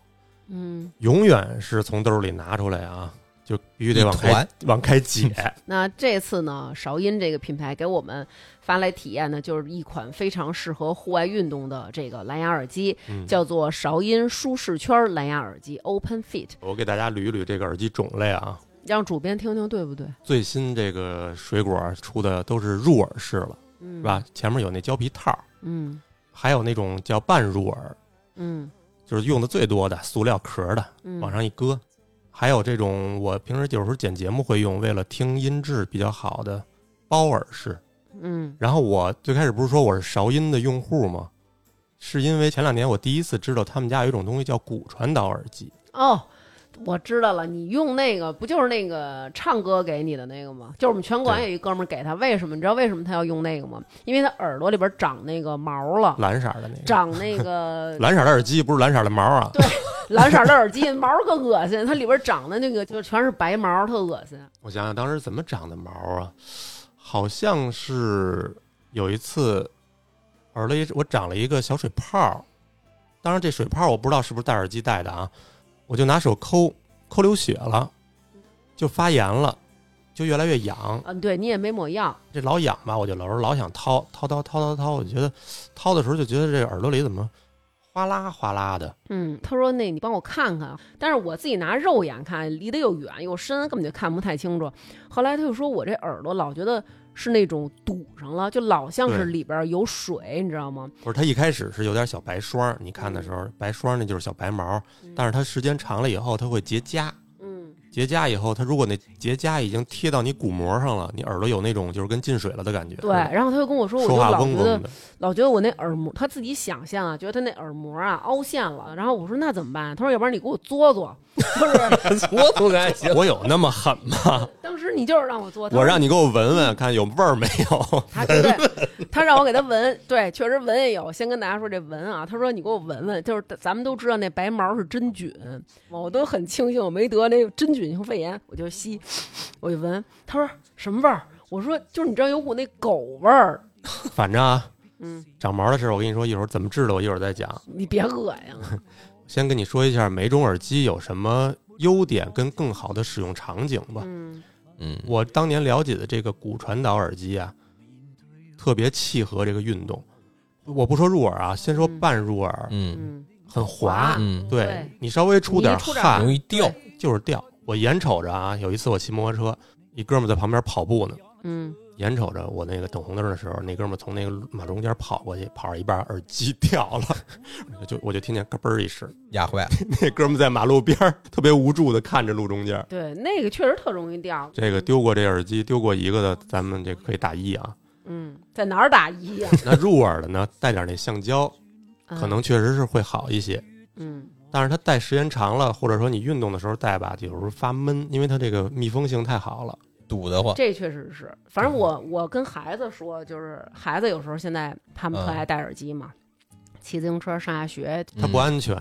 S3: 嗯，
S2: 永远是从兜里拿出来啊，就必须得往
S1: 一
S2: 开
S1: 团
S2: 往开解。
S3: 那这次呢，韶音这个品牌给我们发来体验呢，就是一款非常适合户外运动的这个蓝牙耳机，
S2: 嗯
S3: 叫做韶音舒适圈蓝牙耳机 Open Fit，
S2: 我给大家捋一捋这个耳机种类啊，
S3: 让主编听听对不对？
S2: 最新这个水果出的都是入耳式了，
S3: 嗯，
S2: 是吧？？前面有那胶皮套，
S3: 嗯
S2: 还有那种叫半入耳，
S3: 嗯
S2: 就是用的最多的塑料壳的，
S3: 嗯，
S2: 往上一搁。还有这种我平时有时候剪节目会用，为了听音质比较好的包耳式。
S3: 嗯
S2: 然后我最开始不是说我是韶音的用户吗？是因为前两年我第一次知道他们家有一种东西叫骨传导耳机，
S3: 哦。我知道了，你用那个不就是那个唱歌给你的那个吗？就是我们拳馆
S2: 对
S3: 有一哥们儿给他，为什么？你知道为什么他要用那个吗？因为他耳朵里边长那个毛了，
S2: 蓝色的那个，
S3: 长那个
S2: 蓝色的耳机不是蓝色的毛啊，
S3: 蓝色的耳机，毛儿更恶心，它里边长的那个就全是白毛儿，特恶心。
S2: 我想想当时怎么长的毛啊，好像是有一次耳朵一我长了一个小水泡儿，当然这水泡儿我不知道是不是戴耳机戴的啊，我就拿手抠抠流血了，就发炎了，就越来越痒，
S3: 嗯，对你也没抹药，
S2: 这老痒吧，我就老是老想掏掏掏掏掏掏，我就觉得掏的时候就觉得这耳朵里怎么哗啦哗啦的，
S3: 嗯，他说那你帮我看看，但是我自己拿肉眼看，离得又远又深，根本就看不太清楚。后来他就说我这耳朵老觉得是那种堵上了，就老像是
S2: 对
S3: 里边有水，你知道吗？
S2: 不是，它一开始是有点小白霜，你看的时
S3: 嗯
S2: 候，白霜那就是小白毛，但是它时间长了以后，它会结痂，
S3: 嗯
S2: 结痂以后，它如果那结痂已经贴到你鼓膜上了，你耳朵有那种就是跟进水了的感觉，
S3: 对，然后他就跟我说，我就
S2: 说话
S3: 老
S2: 嗡
S3: 觉得
S2: 嗡的，
S3: 老觉得我那耳膜，他自己想象啊，觉得他那耳膜啊凹陷了。然后我说那怎么办？他说要不然你给我嘬嘬，就是
S1: 我总感觉
S2: 我有那么狠吗？
S3: 当时你就是让我嘬，他
S2: 我
S3: 说
S2: 让你给我闻闻，看有味儿没有？
S3: 他 对，他让我给他闻，对，确实闻也有。先跟大家说这闻啊，他说你给我闻闻，就是咱们都知道那白毛是真菌，我都很庆幸我没得那个真菌性肺炎，我就吸，我就闻。他说什么味儿？我说就是你知道有股那狗味儿，
S2: 反正啊，
S3: 嗯，
S2: 长毛的事儿，我跟你说，一会儿怎么治的，我一会儿再讲。
S3: 你别恶心了。
S2: 先跟你说一下每种耳机有什么优点跟更好的使用场景吧。
S3: 嗯
S1: 嗯，
S2: 我当年了解的这个骨传导耳机啊，特别契合这个运动。我不说入耳啊，先说
S3: 嗯
S2: 半入耳，
S1: 嗯
S3: 嗯，
S2: 很滑，
S1: 嗯
S2: 对
S3: 对
S2: 你稍微出点
S3: 你一出点
S2: 汗
S1: 容易掉。
S2: 就是掉。我眼瞅着啊，有一次我骑摩托车，一哥们在旁边跑步呢，
S3: 嗯，
S2: 眼瞅着我那个等红灯的时候，那哥们儿从那个马中间跑过去，跑到一半耳机 掉了，我就我就听见咯嘣儿一声，
S1: 压坏了。
S2: 那哥们在马路边儿特别无助的看着路中间儿。
S3: 对，那个确实特容易掉。
S2: 这个丢过这耳机，丢过一个的，咱们这个可以打一啊。
S3: 嗯，在哪儿打一呀、
S2: 那入耳的呢，带点那橡胶，
S3: 嗯
S2: 可能确实是会好一些。
S3: 嗯
S2: 但是它戴时间长了，或者说你运动的时候戴吧，有时候发闷，因为它这个密封性太好了。
S1: 堵得慌，
S3: 这确实是，反正我我跟孩子说，就是孩子有时候现在他们特
S1: 嗯
S3: 爱戴耳机嘛，骑自行车上下学，
S2: 它
S1: 嗯
S2: 不安全，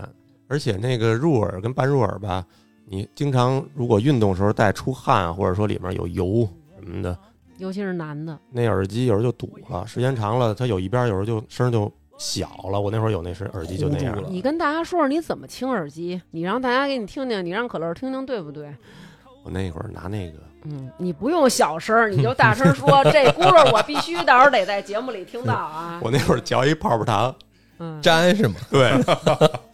S2: 而且那个入耳跟半入耳吧，你经常如果运动时候戴出汗，或者说里面有油什么的，
S3: 尤其是男的，
S2: 那耳机有时候就堵了，时间长了它有一边有时候就声儿就小了。我那会儿有那是耳机就那样
S1: 糊住了
S3: 你跟大家说说你怎么清耳机，你让大家给你听听，你让可乐听听，对不对？
S2: 我那会儿拿那个
S1: 啊
S3: 嗯，你不用小声儿，你就大声说，这轱辘我必须到时候得在节目里听到啊。
S2: 我那会儿嚼一泡泡糖，
S3: 嗯，
S1: 粘是吗？
S2: 对，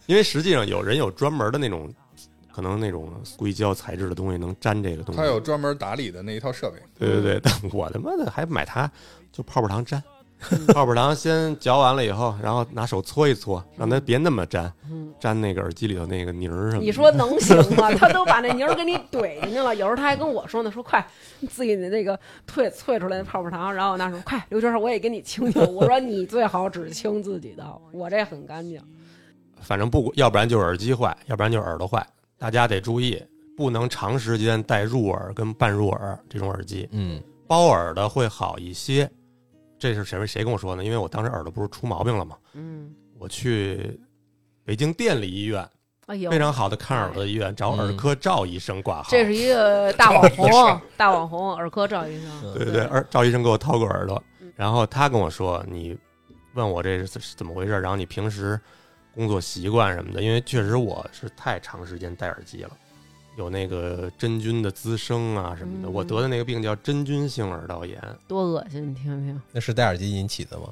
S2: 因为实际上有人有专门的那种，可能那种硅胶材质的东西能粘这个东西。
S4: 它有专门打理的那一套设备。
S2: 对对对，但我他妈的还买它，就泡泡糖粘，泡泡糖先嚼完了以后，然后拿手搓一搓，让它别那么粘，粘那个耳机里头那个泥儿什么的。
S3: 你说能行吗？他都把那泥儿给你怼进去了。有时候他还跟我说呢，说快自己的那个退萃出来的泡泡糖，然后我那时候快刘娟儿，我也给你清清。我说你最好只清自己的，我这很干净。
S2: 反正不，要不然就是耳机坏，要不然就是耳朵坏，大家得注意，不能长时间戴入耳跟半入耳这种耳机。
S1: 嗯，
S2: 包耳的会好一些。这是谁谁跟我说呢？因为我当时耳朵不是出毛病了吗？
S3: 嗯，
S2: 我去北京电力医院，
S3: 哎呦
S2: 非，常好的看耳朵的医院，找耳科赵医生挂号。
S3: 这是一个大网红，啊大网红耳科赵医生。
S2: 对对对，而赵医生给我掏过耳朵
S3: 嗯，
S2: 然后他跟我说，你问我这是怎么回事，然后你平时工作习惯什么的，因为确实我是太长时间戴耳机了，有那个真菌的滋生啊什么的，
S3: 嗯
S2: 我得的那个病叫真菌性耳道炎，
S3: 多恶心，你听听。
S1: 那是戴耳机引起的吗？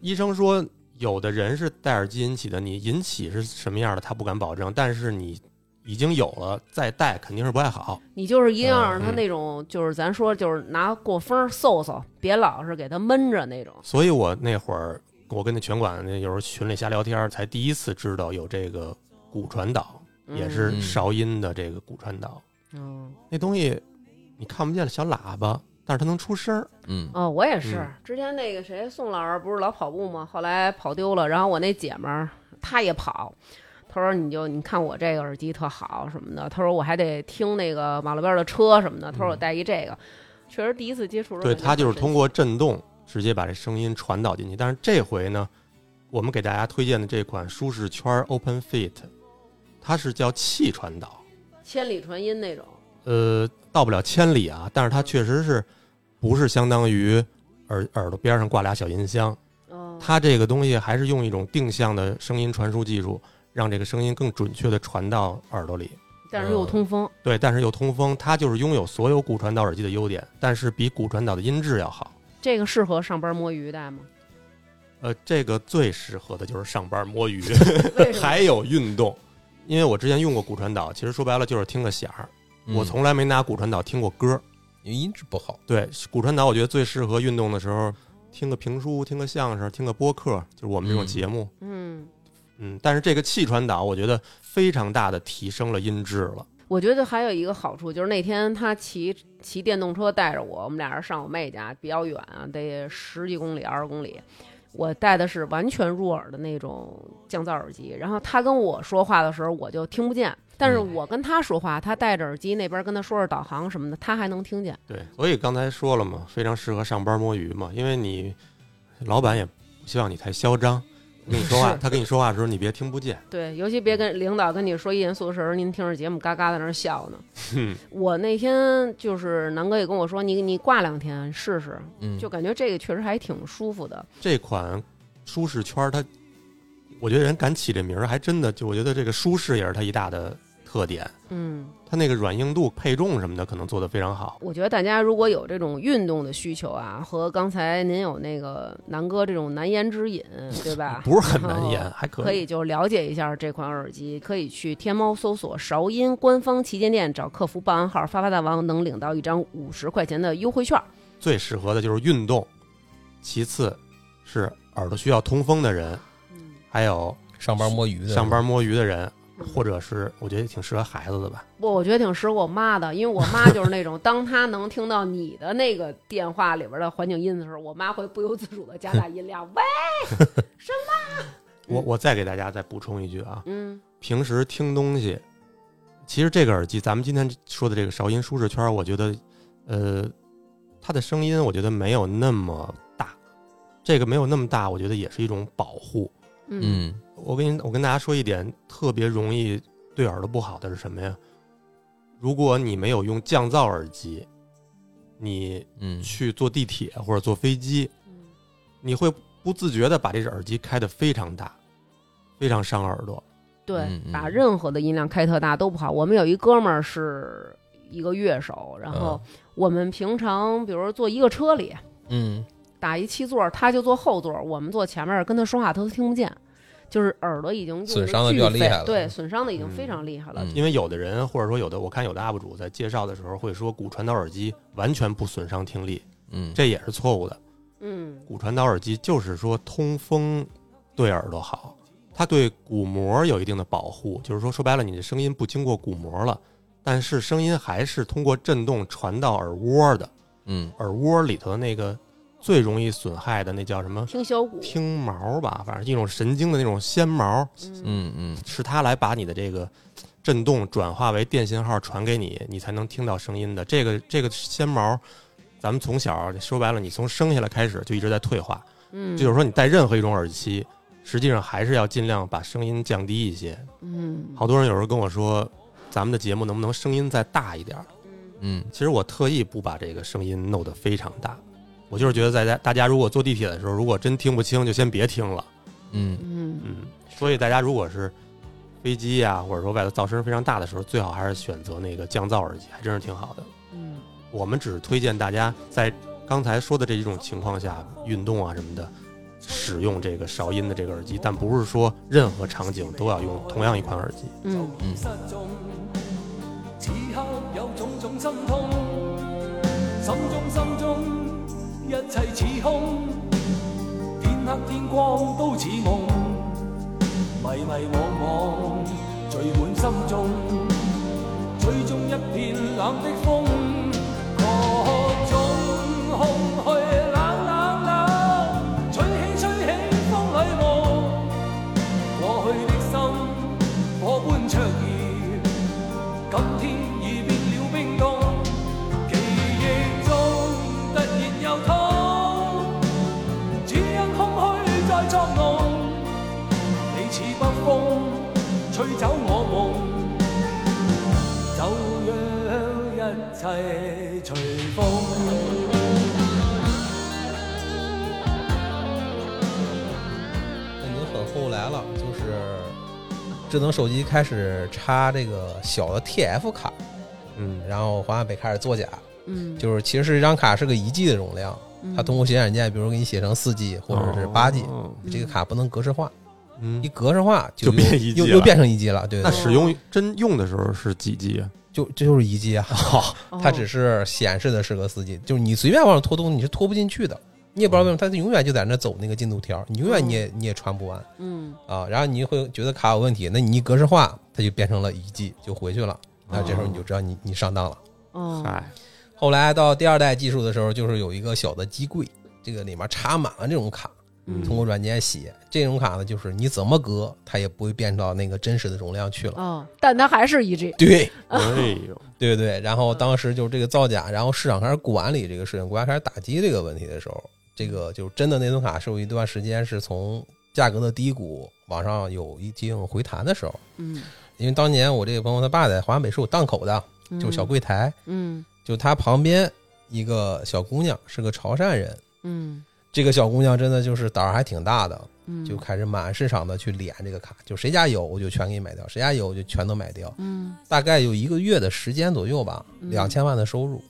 S2: 医生说，有的人是戴耳机引起的，你引起是什么样的，他不敢保证，但是你已经有了，再戴肯定是不太好。
S3: 你就是一定要让他
S2: 嗯
S3: 那种，就是咱说就是拿过风儿搜搜，别老是给他闷着那种。
S2: 所以我那会儿，我跟那拳馆那有时候群里瞎聊天儿，才第一次知道有这个骨传导，
S3: 嗯
S2: 也是韶音的这个骨传导。
S3: 嗯
S2: 那东西你看不见了，小喇叭，但是它能出声儿。
S1: 嗯，
S3: 哦，我也是
S2: 嗯。
S3: 之前那个谁，宋老师不是老跑步吗？后来跑丢了，然后我那姐们儿她也跑，她说你就你看我这个耳机特好什么的，她说我还得听那个马路边的车什么的，她说我带一这个，确实第一次接触的时候
S2: 嗯对，
S3: 感觉
S2: 它就是
S3: 很
S2: 通过震动直接把这声音传导进去。但是这回呢，我们给大家推荐的这款舒适圈儿 Open Fit，它是叫气传导，
S3: 千里传音那种，
S2: 呃，到不了千里啊，但是它确实是不是相当于耳耳朵边上挂俩小音箱。
S3: 嗯，
S2: 它这个东西还是用一种定向的声音传输技术，让这个声音更准确的传到耳朵里。
S3: 但是又
S2: 嗯
S3: 通风，
S2: 对，但是又通风，它就是拥有所有骨传导耳机的优点，但是比骨传导的音质要好。
S3: 这个适合上班摸鱼戴吗？
S2: 呃，这个最适合的就是上班摸鱼，
S3: 为什么？
S2: 还有运动。因为我之前用过骨传导，其实说白了就是听个响儿，
S1: 嗯
S2: 我从来没拿骨传导听过歌儿。
S1: 因为音质不好，
S2: 对，骨传导我觉得最适合运动的时候，听个评书、听个相声、听个播客，就是我们这种
S1: 嗯
S2: 节目。
S3: 嗯，
S2: 嗯，但是这个气传导，我觉得非常大的提升了音质了。
S3: 我觉得还有一个好处就是那天他骑骑电动车带着我，我们俩人上我妹家，比较远啊，得十几公里、二十公里。我戴的是完全入耳的那种降噪耳机，然后他跟我说话的时候我就听不见，但是
S1: 嗯
S3: 我跟他说话，他戴着耳机那边跟他说说导航什么的，他还能听
S1: 嗯
S3: 见。
S2: 对，所以刚才说了嘛，非常适合上班摸鱼嘛，因为你老板也不希望你太嚣张，跟你说话，
S3: 是
S2: 他跟你说话的时候你别听不见。
S3: 对，尤其别跟领导跟你说严肃的事儿，您听着节目嘎嘎在那儿笑呢。我那天就是南哥也跟我说，你你挂两天试试，
S1: 嗯，
S3: 就感觉这个确实还挺舒服的。
S2: 这款舒适圈儿它，我觉得人敢起这名儿，还真的就我觉得这个舒适也是它一大的特点。
S3: 嗯。
S2: 它那个软硬度、配重什么的，可能做得非常好。？
S3: 我觉得大家如果有这种运动的需求啊，和刚才您有那个南哥这种难言之隐，对吧
S2: 不是很难
S3: 然
S2: 演，
S3: 后
S2: 还可
S3: 啊可以就了解一下这款耳机，可以去天猫搜索“韶音”官方旗舰店找客服报暗号“发发大王”，能领到一张五十块钱的优惠券。
S2: 最适合的就是运动，其次是耳朵需要通风的人，
S3: 嗯，
S2: 还有
S1: 上班摸鱼的，
S2: 上班摸鱼的人，或
S3: 者
S2: 者是我觉得挺适合孩子的吧。
S3: 我我觉得挺适合我妈的，因为我妈就是那种，当她能听到你的那个电话里边的环境音的时候，我妈会不由自主的加大音量，喂，
S2: 我我再给大家再补充一句啊，
S3: 嗯
S2: 平时听东西，其实这个耳机，咱们今天说的这个韶音舒适圈，我觉得，呃，它的声音我觉得没有那么大，这个没有那么大，我觉得也是一种保护。
S3: 嗯
S1: 嗯，
S2: 我跟你我跟大家说一点特别容易对耳朵不好的是什么呀？如果你没有用降噪耳机，你
S1: 嗯
S2: 去坐地铁或者坐飞机，你会不自觉的把这只耳机开得非常大，非常伤耳朵。
S3: 对，
S1: 嗯嗯
S3: 把任何的音量开特大都不好。我们有一哥们儿是一个乐手，然后我们平常比如说坐一个车里
S1: 嗯
S3: 打一七座，他就坐后座，我们坐前面，跟他说话他都听不见，就是耳朵已经用
S1: 损伤得
S3: 巨
S1: 比较厉
S3: 费
S1: 害了
S3: 对，损伤的已经
S2: 嗯
S3: 非常厉害了。
S1: 嗯
S2: 因为有的人或者说有的，我看有的 UP 主在介绍的时候会说骨传导耳机完全不损伤听力，
S1: 嗯，
S2: 这也是错误的。
S3: 嗯
S2: 骨传导耳机就是说通风对耳朵好，它对鼓膜有一定的保护，就是说说白了，你的声音不经过鼓膜了，但是声音还是通过震动传到耳蜗的，
S1: 嗯
S2: 耳蜗里头的那个最容易损害的那叫什么？
S3: 听小鼓，
S2: 听毛吧，反正一种神经的那种纤毛，
S3: 嗯
S1: 嗯嗯
S2: 是它来把你的这个震动转化为电信号传给你，你才能听到声音的。这个这个纤毛，咱们从小说白了，你从生下来开始就一直在退化。
S3: 嗯，
S2: 这就是说，你戴任何一种耳机，实际上还是要尽量把声音降低一些。
S3: 嗯，
S2: 好多人有时候跟我说，咱们的节目能不能声音再大一点儿？
S1: 嗯
S2: 其实我特意不把这个声音弄得非常大，我就是觉得在家大家如果坐地铁的时候，如果真听不清，就先别听了。
S1: 嗯
S3: 嗯
S2: 嗯，所以大家如果是飞机呀、或者说外头噪声非常大的时候，最好还是选择那个降噪耳机，还真是挺好的。
S3: 嗯，
S2: 我们只是推荐大家在刚才说的这一种情况下，运动啊什么的，使用这个韶音的这个耳机，但不是说任何场景都要用同样一款耳机。
S3: 嗯
S1: 嗯
S5: 失踪，此刻有種種心痛，心中心中一切似空，天黑天光都似夢，迷迷惘惘聚滿心中，追蹤一片冷的風，各種空虛冷冷冷，吹起吹起風裏霧。過去的心火般灼熱，今天已變了冰凍。記憶中突然又痛，只因空虛在作弄。你似北風，吹走我夢，就讓一切隨風。
S1: 那您很后来了，就是智能手机开始插这个小的 TF 卡，
S2: 嗯，
S1: 然后华北开始作假，
S3: 嗯，
S1: 就是其实这张卡是个一 G 的容量，它通过写软件，比如给你写成四 G 或者
S2: 哦
S1: 是八 G，
S3: 嗯
S1: 这个卡不能格式化，
S2: 嗯
S1: 一，格式化
S2: 就
S1: 又
S2: 变一 G
S1: 又
S2: 了
S1: 又变成一 G 了，对，
S2: 那
S1: 对
S2: 使用真用的时候是几 G 啊？
S1: 就这就是一 G 啊，
S3: 哦
S1: 它只是显示的是个四 G，就是你随便往上拖东西你是拖不进去的，你也不知道为什么，它永远就在那走那个进度条，你永远你也你也传不完
S3: 嗯
S1: 啊，然后你会觉得卡有问题，那你一格式化，它就变成了一 G 就回去了，那这时候你就知道你你上当了。
S3: 哦，
S2: 哎，
S1: 后来到第二代技术的时候，就是有一个小的机柜，这个里面插满了这种卡，
S2: 嗯
S1: 通过软件写这种卡呢，就是你怎么隔它也不会变到那个真实的容量去了。
S3: 哦，但它还是一 G，
S1: 对
S2: 哎呦，
S1: 对对，然后当时就是这个造假，然后市场开始管理这个事情，国家开始打击这个问题的时候，这个就是真的内存卡是有一段时间是从价格的低谷往上有一定回弹的时候，
S3: 嗯，
S1: 因为当年我这个朋友他爸在华南北是有档口的，就是小柜台，
S3: 嗯，
S1: 就他旁边一个小姑娘是个潮汕人，
S3: 嗯
S1: 这个小姑娘真的就是胆儿还挺大的，
S3: 嗯，
S1: 就开始满市场的去敛这个卡，就谁家有我就全给你买掉，谁家有我就全都买掉。
S3: 嗯，
S1: 大概有一个月的时间左右吧，
S3: 嗯
S1: 两千万的收入，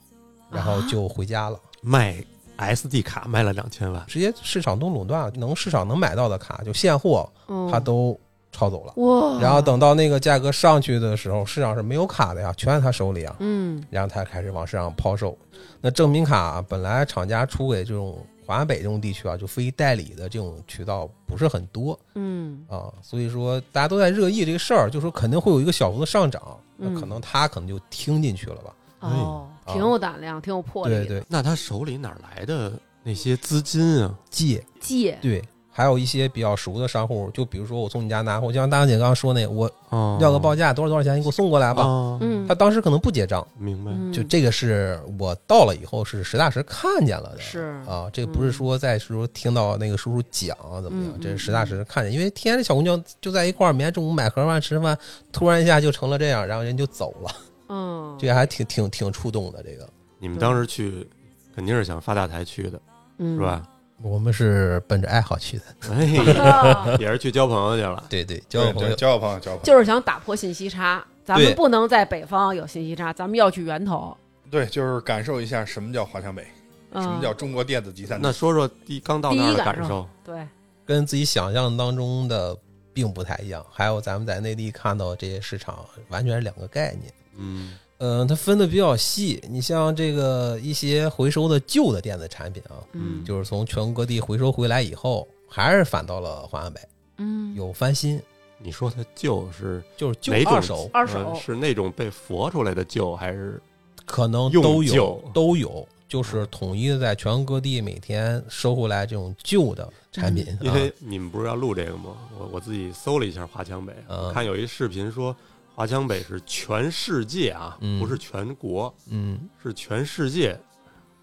S1: 然后
S3: 啊
S1: 就回家了，
S2: 卖 SD 卡卖了两千万，
S1: 直接市场都垄断了，能市场能买到的卡就现货，
S3: 哦
S1: 它都抄走了。
S3: 哇，
S1: 然后等到那个价格上去的时候，市场是没有卡的呀，全在他手里啊。
S3: 嗯
S1: 然后他开始往市场抛售。那正品卡本来厂家出给这种华北这种地区啊，就非代理的这种渠道不是很多
S3: 嗯
S1: 啊，所以说大家都在热议这个事儿，就说肯定会有一个小幅的上涨，那
S3: 嗯
S1: 可能他可能就听进去了吧。
S3: 哦，
S1: 哎
S3: 挺有胆量，挺有魄力的。
S1: 对对，
S2: 那他手里哪来的那些资金啊？
S1: 借
S3: 借
S1: 对。还有一些比较熟的商户，就比如说我从你家拿货，就像大姐刚刚说那，我
S2: 哦，
S1: 要个报价多少多少钱，你给我送过来吧。
S2: 哦，
S3: 嗯
S1: 他当时可能不结账，
S2: 明白。
S3: 嗯
S1: 就这个是我到了以后是实打实看见了的，
S3: 是
S1: 啊，这不是说在时候听到那个叔叔讲啊怎么
S3: 嗯
S1: 样，
S3: 嗯
S1: 这是实打实看见，因为天天这小姑娘就在一块儿，每天中午买盒饭吃饭，突然一下就成了这样，然后人就走了，
S3: 嗯，
S1: 这个还挺挺挺触动的。这个
S2: 你们当时去肯定是想发大财去的，
S3: 是
S2: 是？ 吧？
S1: 我们是奔着爱好去的，
S2: 哎呀，也是去交朋友去了。
S1: 对对，交
S4: 对
S1: 个朋
S4: 对，
S1: 友，
S4: 交个朋友，交个朋友，
S3: 哦就是想打破信息差，咱们
S1: 对
S3: 不能在北方有信息差，咱们要去源头。
S4: 对，就是感受一下什么叫华强北，
S3: 嗯、
S4: 什么叫中国电子集散地
S2: 那。说说第刚到那儿的感受，
S3: 对？
S1: 跟自己想象当中的并不太一样，还有咱们在内地看到这些市场完全是两个概念。
S2: 嗯，
S1: 嗯，它分的比较细。你像这个一些回收的旧的电子产品啊，
S3: 嗯
S1: 就是从全国各地回收回来以后，还是返到了华南北，
S3: 嗯，
S1: 有翻新，
S2: 你说的旧是
S1: 就是旧
S2: 哪种
S1: 二手
S3: 二手
S2: 呃是那种被佛出来的旧，还是
S1: 可能
S2: 用
S1: 都有
S2: 旧
S1: 都有，就是统一的在全国各地每天收回来这种旧的产品
S2: 嗯因
S1: 啊。
S2: 为你们不是要录这个吗？我我自己搜了一下华强北，
S1: 嗯
S2: 我看有一视频说华强北是全世界啊，
S1: 嗯
S2: 不是全国，
S1: 嗯，
S2: 是全世界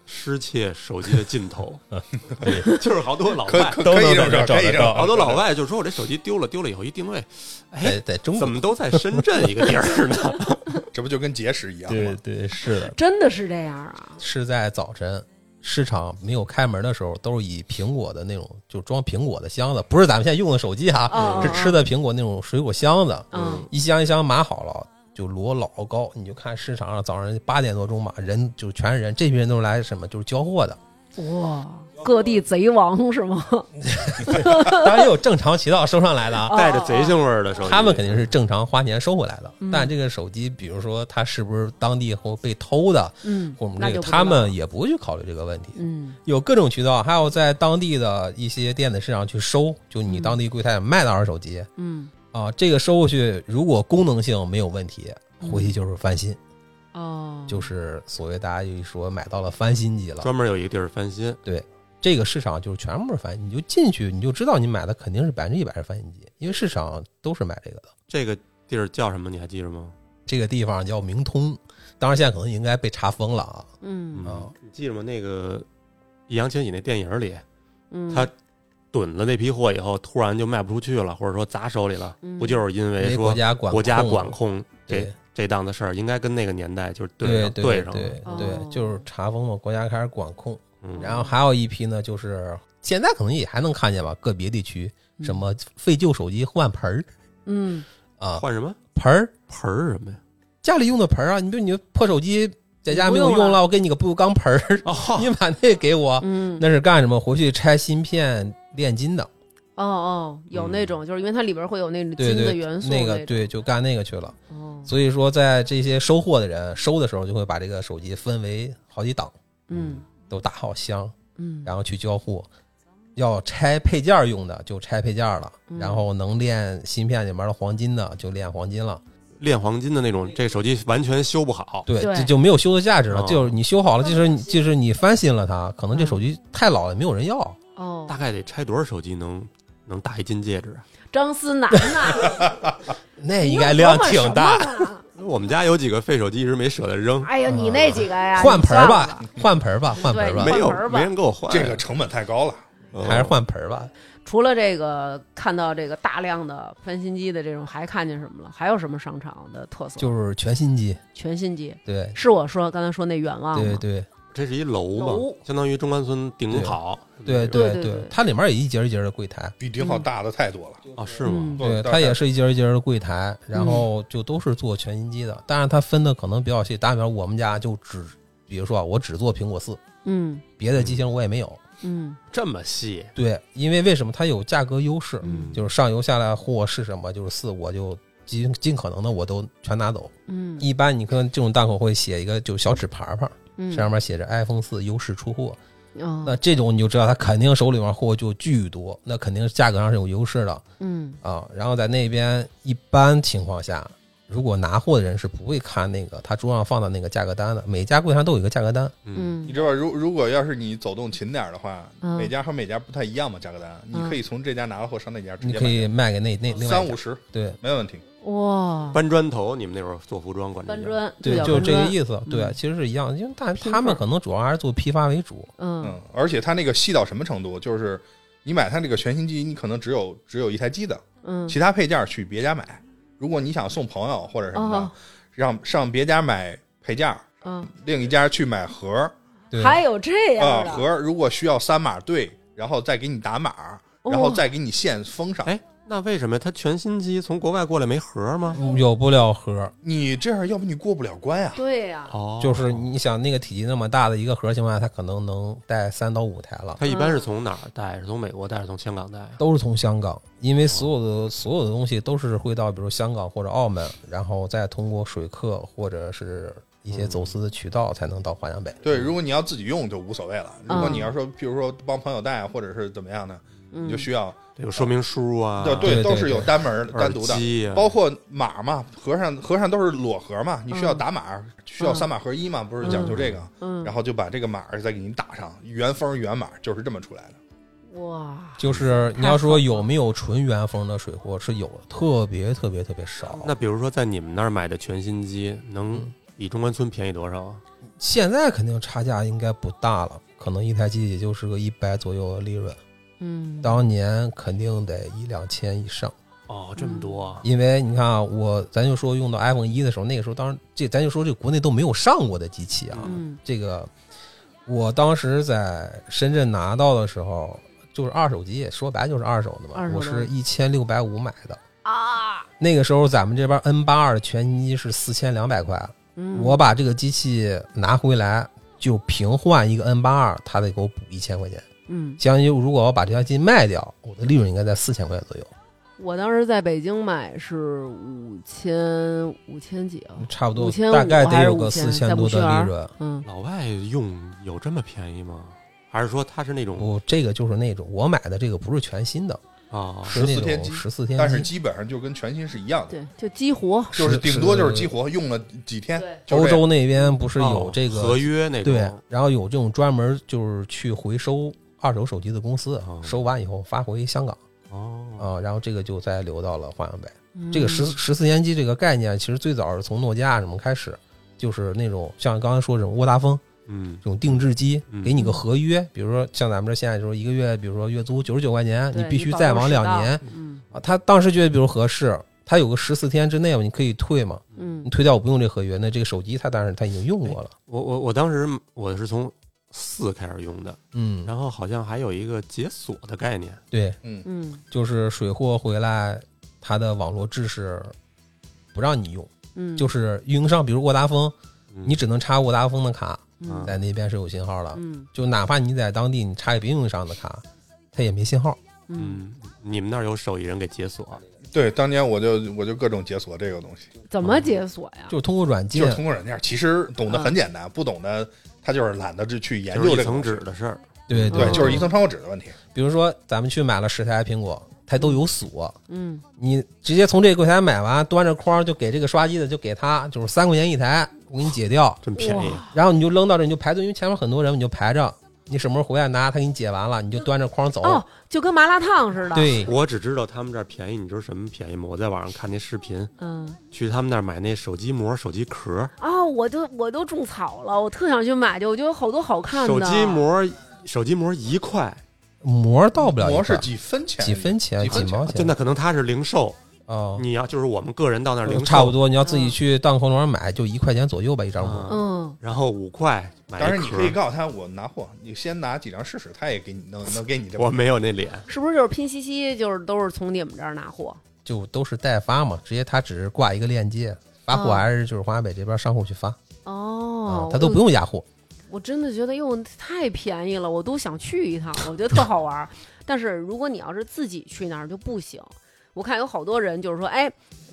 S2: 失窃手机的 尽头，就是好多老
S4: 可
S2: 外，
S4: 可
S1: 都
S4: 可以
S1: 能
S4: 这么
S1: 找
S4: 可以
S1: 得
S4: 这
S1: 到
S4: 么
S2: 好多老外就说我这手机丢了，丢了以后一定位，哎
S1: 在，在中
S2: 怎
S1: 国，
S2: 么都在深圳一个地儿呢？
S4: 这不就跟结石一样
S1: 对
S4: 吗？
S1: 对是的，
S3: 真的是这样啊？
S1: 是在早晨市场没有开门的时候，都是以苹果的那种，就装苹果的箱子，不是咱们现在用的手机哈，
S3: 哦
S1: 是吃的苹果那种水果箱子，
S3: 嗯
S1: 一箱一箱码好了。就摞老高，你就看市场上早上八点多钟吧，人就全是人，这批人都是来什么？就是交货 的。
S3: 哇，各地贼王 是吗？
S1: 当然也有正常渠道收上来的
S3: 哦
S1: 啊，
S2: 带着贼腥味儿的手机，
S1: 他们肯定是正常花钱收回来的
S3: 嗯。
S1: 但这个手机，比如说它是不是当地或被偷的，
S3: 嗯，
S1: 或者
S3: 那
S1: 这个，
S3: 就不知
S1: 他
S3: 道
S1: 们也不会去考虑这个问题。
S3: 嗯
S1: 有各种渠道，还有在当地的一些电子市场去收，就你当地柜台卖的二手手机
S3: 嗯
S1: 啊，这个收过去，如果功能性没有问题，
S3: 嗯
S1: 回去就是翻新，
S3: 哦，
S1: 就是所谓大家一说买到了翻新机了。
S2: 专门有一个地儿翻新，
S1: 这个市场就是全部是翻新，你就进去你就知道你买的肯定是百分之一百是翻新机，因为市场都是买这个的。
S2: 这个地儿叫什么？你还记着吗？
S1: 这个地方叫明通，当然现在可能应该被查封了啊。
S3: 嗯
S1: 嗯
S2: 你记着吗？那个易烊千玺那电影里，
S3: 嗯，
S2: 他囤了那批货以后，突然就卖不出去了，或者说砸手里了
S3: 嗯，
S2: 不就是因为
S1: 因为
S2: 说
S1: 国家管
S2: 国家
S1: 控
S2: 管控这
S1: 对
S2: 这档子事儿，应该跟那个年代就是
S1: 对
S2: 上
S1: 对
S2: 对上
S1: 对
S2: 了。
S1: 对
S3: 哦，
S1: 就是查封了，国家开始管控。
S2: 嗯，
S1: 然后还有一批呢，就是现在可能也还能看见吧，个别地区什么废旧手机换盆儿
S3: 嗯
S1: 啊，
S2: 换什么
S1: 盆儿
S2: 盆儿什么呀？
S1: 家里用的盆儿啊，你比如你破手机在家没有
S3: 不用
S1: 用
S3: 了
S1: 了，我给你个不锈钢盆儿，
S2: 哦，
S1: 你把那给我，
S3: 嗯，
S1: 那是干什么？回去拆芯片炼金的，
S3: 哦哦，有那种，就是因为它里边会有那种
S1: 嗯对
S3: 金的
S1: 对
S3: 元，素
S1: 那
S3: 种
S1: 个对，就干那个去了。
S3: 哦，
S1: 所以说，在这些收货的人收的时候，就会把这个手机分为好几档，
S3: 嗯
S1: 都打好箱，
S3: 嗯，
S1: 然后去交互。要拆配件儿用的就拆配件儿了，
S3: 嗯
S1: 然后能炼芯片里面的黄金的就炼黄金了。
S2: 炼黄金的那种，这手机完全修不好，
S1: 对，
S3: 对
S1: 这就没有修的价值了。
S2: 哦
S1: 就是你修好了，即使你即使你翻新了它，可能这
S3: 嗯
S1: 手机太老了，没有人要。
S3: 哦，
S2: 大概得拆多少手机能能大一金戒指啊？
S3: 张思楠呐，
S1: 那应该量挺大。
S3: 大。
S2: 我们家有几个废手机，一直没舍得扔，
S3: 哎呀，你那几个呀，
S1: 嗯换盆儿
S3: 你算
S1: 吧
S3: 了，
S1: 换盆儿吧，换盆儿吧
S3: 对，
S2: 没有
S3: 换盆儿吧
S2: 没人给我换
S4: 这个成本太高了，
S2: 嗯
S1: 还是换盆儿吧。
S3: 除了这个，看到这个大量的翻新机的这种，还看见什么了？还有什么商场的特色？
S1: 就是全新机，
S3: 全新机，
S1: 对
S3: 是我说刚才说那远望
S1: 对
S3: 吗？
S1: 对
S2: 这是一楼嘛
S3: 楼，
S2: 相当于中关村顶好。
S1: 对
S3: 对对对
S1: 对，它里面也一节一节的柜台。
S4: 比顶好大的太多了。
S2: 哦，是吗？
S3: 嗯
S4: 做
S1: 对，
S4: 得到
S1: 它也
S4: 但
S1: 是一节儿一节儿的柜台，然后就都是做全新机的，但是它分的可能比较细。打比方，我们家就只，比如说啊，我只做苹果四，
S3: 嗯
S1: 别的机型我也没有。
S3: 嗯
S2: 这么细，
S1: 对，因为为什么它有价格优势？
S2: 嗯，
S1: 就是是上游下来货是什么，就是四我就尽尽可能的我都全拿走。
S3: 嗯
S1: 一般你看这种档口会写一个就小纸牌牌，
S3: 嗯
S1: 上面写着 iPhone 四优势出货，
S3: 嗯
S1: 啊那这种你就知道他肯定手里面货就巨多，那肯定价格上是有优势的
S3: 嗯
S1: 啊。然后在那边一般情况下，如果拿货的人是不会看那个他桌上放的那个价格单的，每家柜上都有一个价格单。
S2: 嗯
S4: 你
S3: 嗯
S4: 知道，如如果要是你走动勤点儿的话，
S3: 嗯
S4: 每家和每家不太一样嘛，价格单，你可以从这家拿了货上那家直
S1: 你
S4: 接
S1: 可
S4: 买哦
S1: 以卖给那那另外
S4: 三
S1: 一家
S4: 五十
S1: 对
S4: 没问题。
S3: 哇
S2: 搬砖头，你们那会儿做服装管这
S3: 搬
S2: 叫，
S3: 砖
S1: 对，
S3: 叫
S1: 就是
S3: 搬
S1: 这个
S3: 砖
S1: 意思。对啊
S3: 嗯，
S1: 其实是一样，因为但
S3: 拼
S1: 他们
S3: 缝
S1: 可能主要还是做批发为主。
S3: 嗯
S4: 嗯，而且它那个细到什么程度？就是你买它这个全新机，你可能只有只有一台机子，
S3: 嗯
S4: 其他配件儿去别家买。如果你想送朋友或者什么的，
S3: 哦
S4: 让上别家买配件儿，
S3: 嗯
S4: 另一家去买盒儿
S1: 对，
S3: 还有这样
S4: 啊、
S3: 的
S4: 盒儿如果需要三码对，然后再给你打码，然后
S3: 哦
S4: 再给你线封上。
S2: 哎，那为什么它全新机从国外过来没盒吗？
S1: 嗯有不了盒，
S4: 你这样，要不你过不了关啊呀、
S3: 对呀
S2: 哦
S1: 就是你想那个体积那么大的一个盒情况下，它可能能带三到五台了。
S2: 它一般是从哪儿嗯带？是从美国带，是从香港带啊？
S1: 都是从香港，因为所有的所有的东西都是会到比如香港或者澳门，然后再通过水客或者是一些走私的渠道才能到华强北。
S4: 对，如果你要自己用就无所谓了。如果你要说，譬如说帮朋友带啊或者是怎么样的，你就
S3: 嗯
S4: 需要
S2: 有说明书啊，
S4: 对
S1: 对
S4: 都
S1: 对
S4: 是有
S1: 对
S4: 单门儿的
S2: 耳
S4: 单独的，
S2: 机啊，
S4: 包括码嘛，盒上盒上都是裸盒嘛，你需要打码，需要
S3: 嗯
S4: 三码合一嘛，不是讲究这个，
S3: 嗯
S4: 然后就把这个码儿再给你打上，原封原码就是这么出来的。
S3: 哇
S1: 就是你要说有没有纯原封的水货是有的，特别特别特别少。
S2: 那比如说在你们那儿买的全新机，能比中关村便宜多少啊？
S1: 现在肯定差价应该不大了，可能一台机也就是个一百左右的利润，
S3: 嗯
S1: 当年肯定得一两千以上。
S2: 哦，这么多啊！
S1: 因为你看啊，我咱就说用到 iPhone 一的时候，那个时候当然这咱就说这国内都没有上过的机器啊，
S3: 嗯
S1: 这个我当时在深圳拿到的时候，就是二手机，说白就是二手的嘛
S3: 二，手
S1: 我
S3: 的
S1: 是一千六百五买的。
S3: 啊
S1: 那个时候咱们这边 N 八二的全新机是四千两百块，
S3: 嗯
S1: 我把这个机器拿回来就平换一个 N 八二，他得给我补一千块钱。
S3: 嗯
S1: 相当于如果我把这台机卖掉，我的利润应该在四千块钱左右，
S3: 我当时在北京买是五千五千几啊，
S1: 差不多
S3: 5500
S1: 大概得有
S3: 还
S1: 个
S3: 是5000
S1: 四千多的
S3: 在
S1: 利
S3: 补
S1: 润。
S3: 嗯
S2: 老外用有这么便宜吗？还是说它是那种
S1: 我这个就是那种我买的这个不是全新的，
S2: 啊？
S1: 是那
S4: 14天
S1: 种
S4: 机
S1: 十四天
S4: 但是
S1: 机
S4: 基本上就跟全新是一样的，
S3: 对，就激活，
S4: 就是顶多就是激
S1: 是
S4: 活，用了几天。
S3: 对，
S4: 就
S1: 欧
S4: 这样
S1: 洲那边不是有这
S2: 哦
S1: 个
S2: 合约那种？
S1: 对，然后有这种专门就是去回收二手手机的公司
S2: 哦，
S1: 收完以后发回香港
S2: 哦，嗯
S1: 啊，然后这个就再流到了华强北。
S3: 嗯
S1: 这个十十四天机这个概念，其实最早是从诺基亚什么开始，就是那种像刚才说这种沃达丰
S2: 嗯
S1: 这种定制机
S2: 嗯，
S1: 给你个合约，比如说像咱们这现在就是一个月，比如说月租九十九块钱，
S3: 对
S1: 你必须
S3: 你保
S1: 再
S3: 证
S1: 往
S3: 时
S1: 两
S3: 到
S1: 年
S3: 嗯
S1: 啊。他当时觉得比如合适，他有个十四天之内嘛，你可以退嘛，
S3: 嗯
S1: 你退掉我不用这合约，那这个手机他当然他已经用过了，
S2: 我我我当时我是从四开始用的，
S1: 嗯，
S2: 然后好像还有一个解锁的概念，
S1: 对。
S4: 嗯，
S3: 嗯
S1: 就是水货回来，它的网络制是不让你用，
S3: 嗯，
S1: 就是运营商，比如沃达丰，
S2: 嗯
S1: 你只能插沃达丰的卡，
S3: 嗯
S1: 在那边是有信号的，
S3: 嗯
S1: 就哪怕你在当地你插一别运营商的卡，它也没信号。
S3: 嗯，
S2: 嗯，你们那儿有手艺人给解锁，
S4: 对，当年我就我就各种解锁这个东西，
S3: 怎么解锁呀？
S1: 就是通过软
S4: 就
S1: 件
S4: 是，通过软件。其实懂
S1: 嗯
S4: 得很简单，不懂的他就是懒得去去研
S2: 就是
S4: 究
S2: 一
S4: 这个
S2: 层
S4: 东西
S2: 纸。的事儿。
S1: 对
S4: 对，
S3: 嗯
S4: 就是一层窗户纸的问题。
S1: 比如说咱们去买了十台苹果，它都有锁，
S3: 嗯
S1: 你直接从这个柜台买完，端着筐就给这个刷机的，就给他，就是三块钱一台，我给你解掉，
S2: 真便宜，
S3: 哇
S1: 然后你就扔到这，你就排队，因为前面很多人，你就排着，你什么时候回来拿，他给你解完了，你就端着筐走。
S3: 哦，就跟麻辣烫似的，，
S1: 对，
S2: 我只知道他们这儿便宜，你知道什么便宜吗？我在网上看那视频，
S3: 嗯
S2: 去他们那儿买那手机膜、手机壳，
S3: 啊，我都我都种草了，我特想去买去，我觉得有好多好看
S2: 手
S3: 的
S2: 机膜，手机膜一块，
S1: 膜到不了一块
S4: 模
S1: 儿，
S4: 式几分钱，
S1: 几分钱
S4: 几分
S1: 毛钱，
S2: 就那可能它是零售，
S1: 哦，
S2: 你要就是我们个人到那儿零售
S1: 差不。多。你要自己去档口那儿买，就一块钱左右吧一张
S2: 啊
S1: 膜。
S3: 嗯，
S2: 然后五块买
S4: 当然，
S2: 一
S4: 你
S2: 壳
S4: 可以告诉他我拿货，你先拿几张试试，他也给你能能给你这。
S2: 我没有那脸，
S3: 是不是就是拼夕夕，就是都是从你们这儿拿货？
S1: 就都是代发嘛，直接他只是挂一个链接，发货
S3: 哦
S1: 还是就是华北这边商户去发啊，
S3: 哦，
S1: 他都不用压货。
S3: 我我真的觉得哟太便宜了，我都想去一趟，我觉得特好玩儿。但是如果你要是自己去那儿就不行，我看有好多人就是说，哎。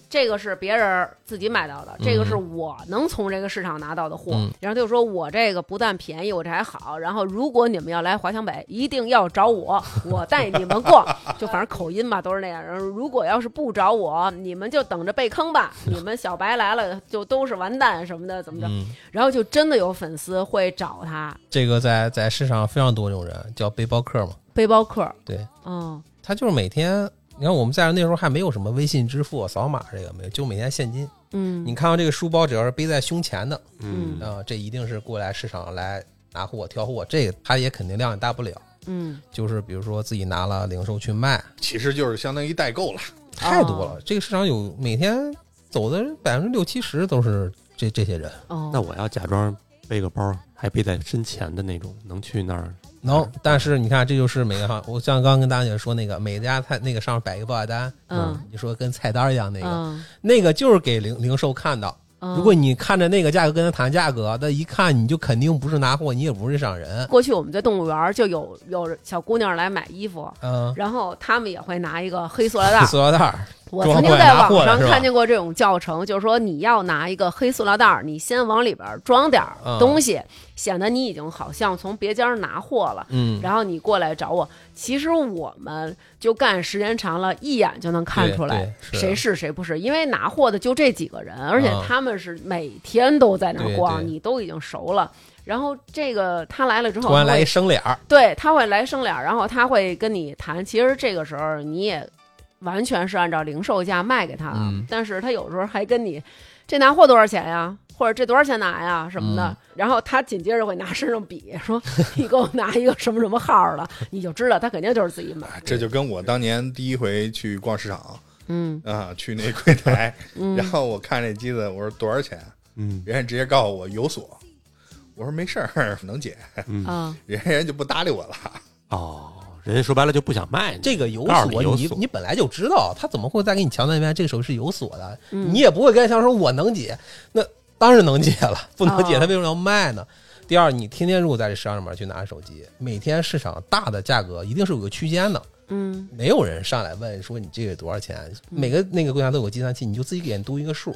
S3: 这个是别人自己买到的，这个是我能从这个市场拿到的货。
S1: 嗯
S3: 然后他就说：“我这个不但便宜，我这还好。然后如果你们要来华强北，一定要找我，我带你们逛。就反正口音吧，都是那样。然后如果要是不找我，你们就等着被坑吧。你们小白来了就都是完蛋什么的，怎么着？
S1: 嗯，
S3: 然后就真的有粉丝会找他
S1: 这个在在市场非常多这种人，叫背包客嘛。
S3: 背包客，
S1: 对
S3: 嗯，
S1: 他就是每天，你看我们在那时候还没有什么微信支付、扫码这个没有，就每天现金。
S3: 嗯，
S1: 你看到这个书包，只要是背在胸前的，
S3: 嗯
S1: 啊、这一定是过来市场来拿货、挑货，这个他也肯定量也大不了。
S3: 嗯，
S1: 就是比如说自己拿了零售去卖，
S4: 其实就是相当于代购了。
S1: 太多
S3: 哦
S1: 了。这个市场有每天走的百分之六七十都是这这些人，
S3: 哦，
S2: 那我要假装背个包，还背在身前的那种，能去那儿？
S1: 能、但是你看，这就是每个行，我像刚刚跟大姐说那个，每家菜那个上面摆一个报价单，
S3: 嗯
S1: 你说跟菜单一样那个，
S3: 嗯，
S1: 那个就是给零零售看的。
S3: 嗯
S1: 如果你看着那个价格跟他谈价格，那一看你就肯定不是拿货，你也不是市场人。
S3: 过去我们在动物园儿就有有小姑娘来买衣服，
S1: 嗯，
S3: 然后她们也会拿一个黑塑料 袋儿。
S1: 塑料袋儿，
S3: 我
S1: 装
S3: 曾经
S1: 货
S3: 在
S1: 拿货
S3: 网
S1: 的
S3: 上
S1: 是吧
S3: 看见过这种教程，就是说你要拿一个黑塑料袋儿，你先往里边儿装点儿
S1: 嗯
S3: 东西，显得你已经好像从别家儿拿货了。
S1: 嗯，
S3: 然后你过来找我。其实我们就干时间长了，一眼就能看出来
S1: 对对是
S3: 谁是谁不是，因为拿货的就这几个人，而且
S1: 啊
S3: 他们是每天都在那儿
S1: 对
S3: 逛，
S1: 对
S3: 你都已经熟了。然后这个他来了之后，
S1: 突然来
S3: 他
S1: 一
S3: 会
S1: 生脸儿，
S3: 对他会来生脸儿，然后他会跟你谈。其实这个时候你也完全是按照零售价卖给他的，
S1: 嗯
S3: 但是他有时候还跟你这拿货多少钱呀？或者这多少钱拿呀什么的，
S1: 嗯
S3: 然后他紧接着会拿身上比，说 你给我拿一个什么什么号儿的， 你就知道他肯定就是自己买。
S4: 哎这就跟我当年第一回去逛市场
S3: 嗯
S4: 啊，去那柜台，
S3: 嗯
S4: 然后我看这机子，我说多少钱？
S2: 嗯
S4: 人家直接告诉我有锁，我说没事儿，能解。
S2: 嗯
S3: 啊，
S4: 人家人就不搭理我了。
S2: 哦，人家说白了就不想卖你。
S1: 这个有
S2: 告诉你
S1: 锁，
S2: 有
S1: 你
S2: 锁
S1: 你本来就知道，他怎么会再给你强调一遍？这个手续是有锁的，你也不会跟他说我能解，那当然能解了，不能解
S3: 啊
S1: 他为什么要卖呢？第二，你天天如果在这市场里面去拿手机，每天市场大的价格一定是有个区间的，
S3: 嗯
S1: 没有人上来问说你这个多少钱，每个那个柜台都有个计算器，你就自己给人嘟一个数，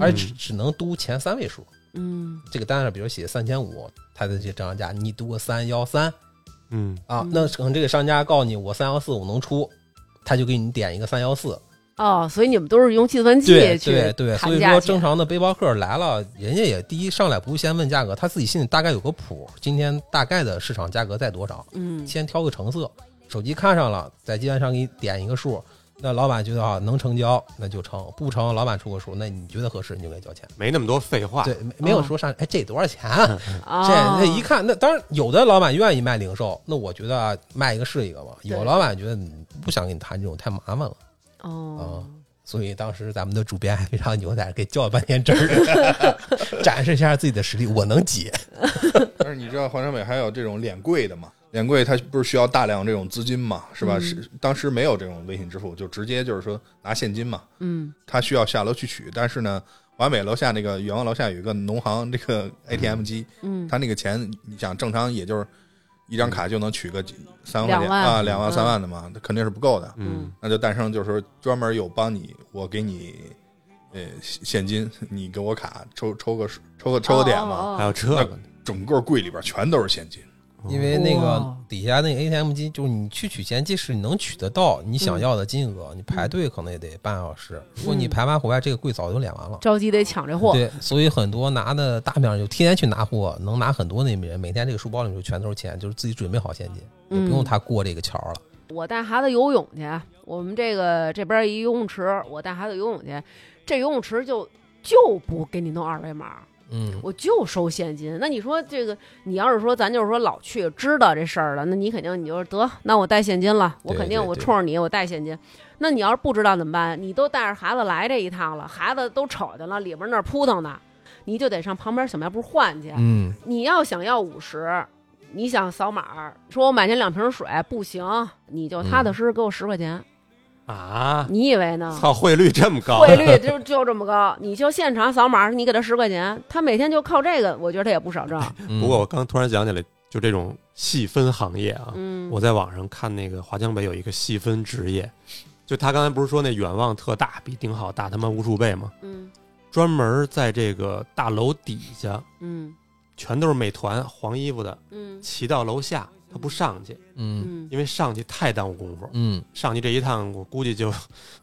S1: 而且只只能嘟前三位数。
S3: 嗯
S1: 这个单上比如写三千五，他的这张价你嘟个三幺三，
S2: 嗯
S1: 啊
S3: 嗯，
S1: 那可能这个商家告诉你我三幺四我能出，他就给你点一个三幺四。
S3: 哦，所以你们都是用计算
S1: 对
S3: 器去
S1: 对对，所
S3: 谈
S1: 以
S3: 价
S1: 说
S3: 钱
S1: 正常的背包客来了，人家也第一上来不是先问价格，他自己心里大概有个谱，今天大概的市场价格在多少，
S3: 嗯
S1: 先挑个成色，手机看上了，在计算上给你点一个数。那老板觉得啊能成交，那就成；不成，老板出个数，那你觉得合适，你就给交钱。
S2: 没那么多废话。
S1: 对，没没
S3: 嗯
S1: 有说上来哎这多少钱啊？
S3: 啊，
S1: 这那一看，那当然有的老板愿意卖零售，那我觉得啊，卖一个是一个吧。有的
S3: 对
S1: 老板觉得嗯不想跟你谈这种，太麻烦了。啊
S3: 哦，
S1: 所以当时咱们的主编还非常牛仔，给较了半天真儿， 展示一下自己的实力，我能解。
S4: 但是你知道华强北还有这种脸柜的嘛？脸柜它不是需要大量这种资金嘛，是吧？
S3: 嗯
S4: 是当时没有这种微信支付，就直接就是说拿现金嘛。
S3: 嗯
S4: 他需要下楼去取，但是呢，华美楼下那个远望楼下有一个农行这个 ATM 机，
S3: 嗯
S4: 他那个钱你想正常也就是一张卡就能取个几三
S3: 两
S4: 万块钱
S3: 万
S4: 啊，两万
S3: 嗯
S4: 三万的嘛，那肯定是不够的。
S2: 嗯
S4: 那就诞生就是说专门有帮你，我给你呃现金，你给我卡抽抽个抽个抽个点嘛，
S3: 哦
S2: 还有这个呢，
S4: 整个柜里边全都是现金。
S1: 因为那个
S3: 哇
S1: 底下那个 ATM 机，就是你去取钱，即使你能取得到你
S3: 嗯
S1: 想要的金额，你排队可能也得半小时。如果你排完回来，这个柜早就敛完了。
S3: 着急得抢这货，
S1: 对，所以很多拿的大面儿就天天去拿货，能拿很多那人，每天这个书包里面就全都是钱，就是自己准备好现金，也不用
S3: 嗯
S1: 他过这个桥了。
S3: 我带孩子游泳去，啊我们这个这边一游泳池，我带孩子游泳去，这游泳池就就不给你弄二维码，
S1: 嗯，
S3: 我就收现金。那你说这个，你要是说咱就是说老去知道这事儿了，那你肯定你就是得，那我带现金了，我
S1: 对
S3: 肯定
S1: 对
S3: 我
S1: 对
S3: 冲着你我带现金。那你要是不知道怎么办？你都带着孩子来这一趟了，孩子都瞅见了，里边那儿扑腾呢，你就得上旁边小卖部换去。
S1: 嗯，
S3: 你要想要五十，你想扫码，说我买您两瓶水不行，你就踏踏实实给我十块钱。
S2: 啊！
S3: 你以 为呢？
S2: 操，汇率这么高，
S3: 汇率就就这么高，你就现场扫码，你给他十块钱，他每天就靠这个，我觉得他也不少挣。
S1: 嗯
S2: 不过我刚突然想起来，就这种细分行业啊，
S3: 嗯，
S2: 我在网上看那个华强北有一个细分职业，就他刚才不是说那远望特大，比顶好大他妈无数倍吗？
S3: 嗯
S2: 专门在这个大楼底下，
S3: 嗯
S2: 全都是美团黄衣服的，
S3: 嗯
S2: 骑到楼下他不上去，
S1: 嗯
S3: 嗯
S2: 因为上去太耽误功夫，
S1: 嗯
S2: 上去这一趟我估计就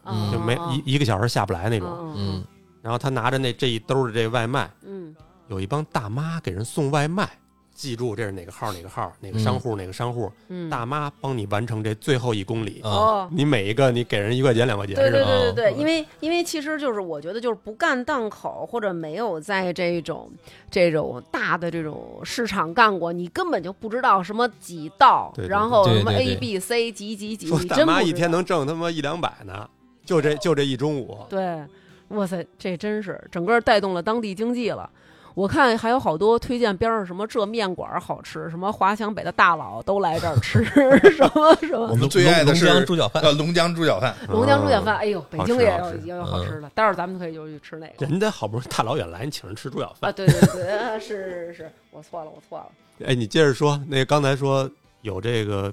S1: 嗯
S2: 就没一一个小时下不来那种。
S1: 嗯
S3: 哦嗯
S2: 然后他拿着那这一兜的这外卖，
S3: 嗯
S2: 有一帮大妈给人送外卖，记住这是哪个号哪个号哪个商户哪个商户，
S3: 嗯
S2: 大妈帮你完成这最后一公里，
S1: 啊
S3: 哦。
S2: 你每一个你给人一块钱两块钱
S3: 对
S2: 是
S3: 对
S2: 吧？
S3: 对对对，
S2: 嗯
S3: 因为因为其实就是我觉得就是不干档口或者没有在这种这种大的这种市场干过，你根本就不知道什么几道，
S2: 对对对
S3: 然后什么
S1: 对对
S3: A
S1: 对
S3: B C 几几几，
S2: 说
S3: 你
S2: 大
S3: 真不
S2: 妈
S3: 知
S2: 一天
S3: 道
S2: 能挣他妈一两百呢，就这就这一中午，
S3: 对，哇塞，这真是整个带动了当地经济了。我看还有好多推荐边上什么这面馆儿好吃，什么华强北的大佬都来这儿 吃，什么什么
S4: 我们最爱的是
S1: 龙江猪脚饭
S4: 呃，龙江猪脚饭，
S3: 龙江猪脚
S2: 嗯
S3: 饭，哎呦，北
S2: 好
S3: 京
S2: 吃
S3: 也
S2: 好
S3: 有
S2: 吃
S3: 也有好
S1: 嗯
S3: 吃的，待会儿咱们可以就去吃那个。
S2: 嗯人家好不容易大老远来，你请人吃猪脚
S3: 啊，
S2: 饭。
S3: 对对对，啊是是是，我错了，我错了。
S2: 哎，你接着说，那个刚才说有这个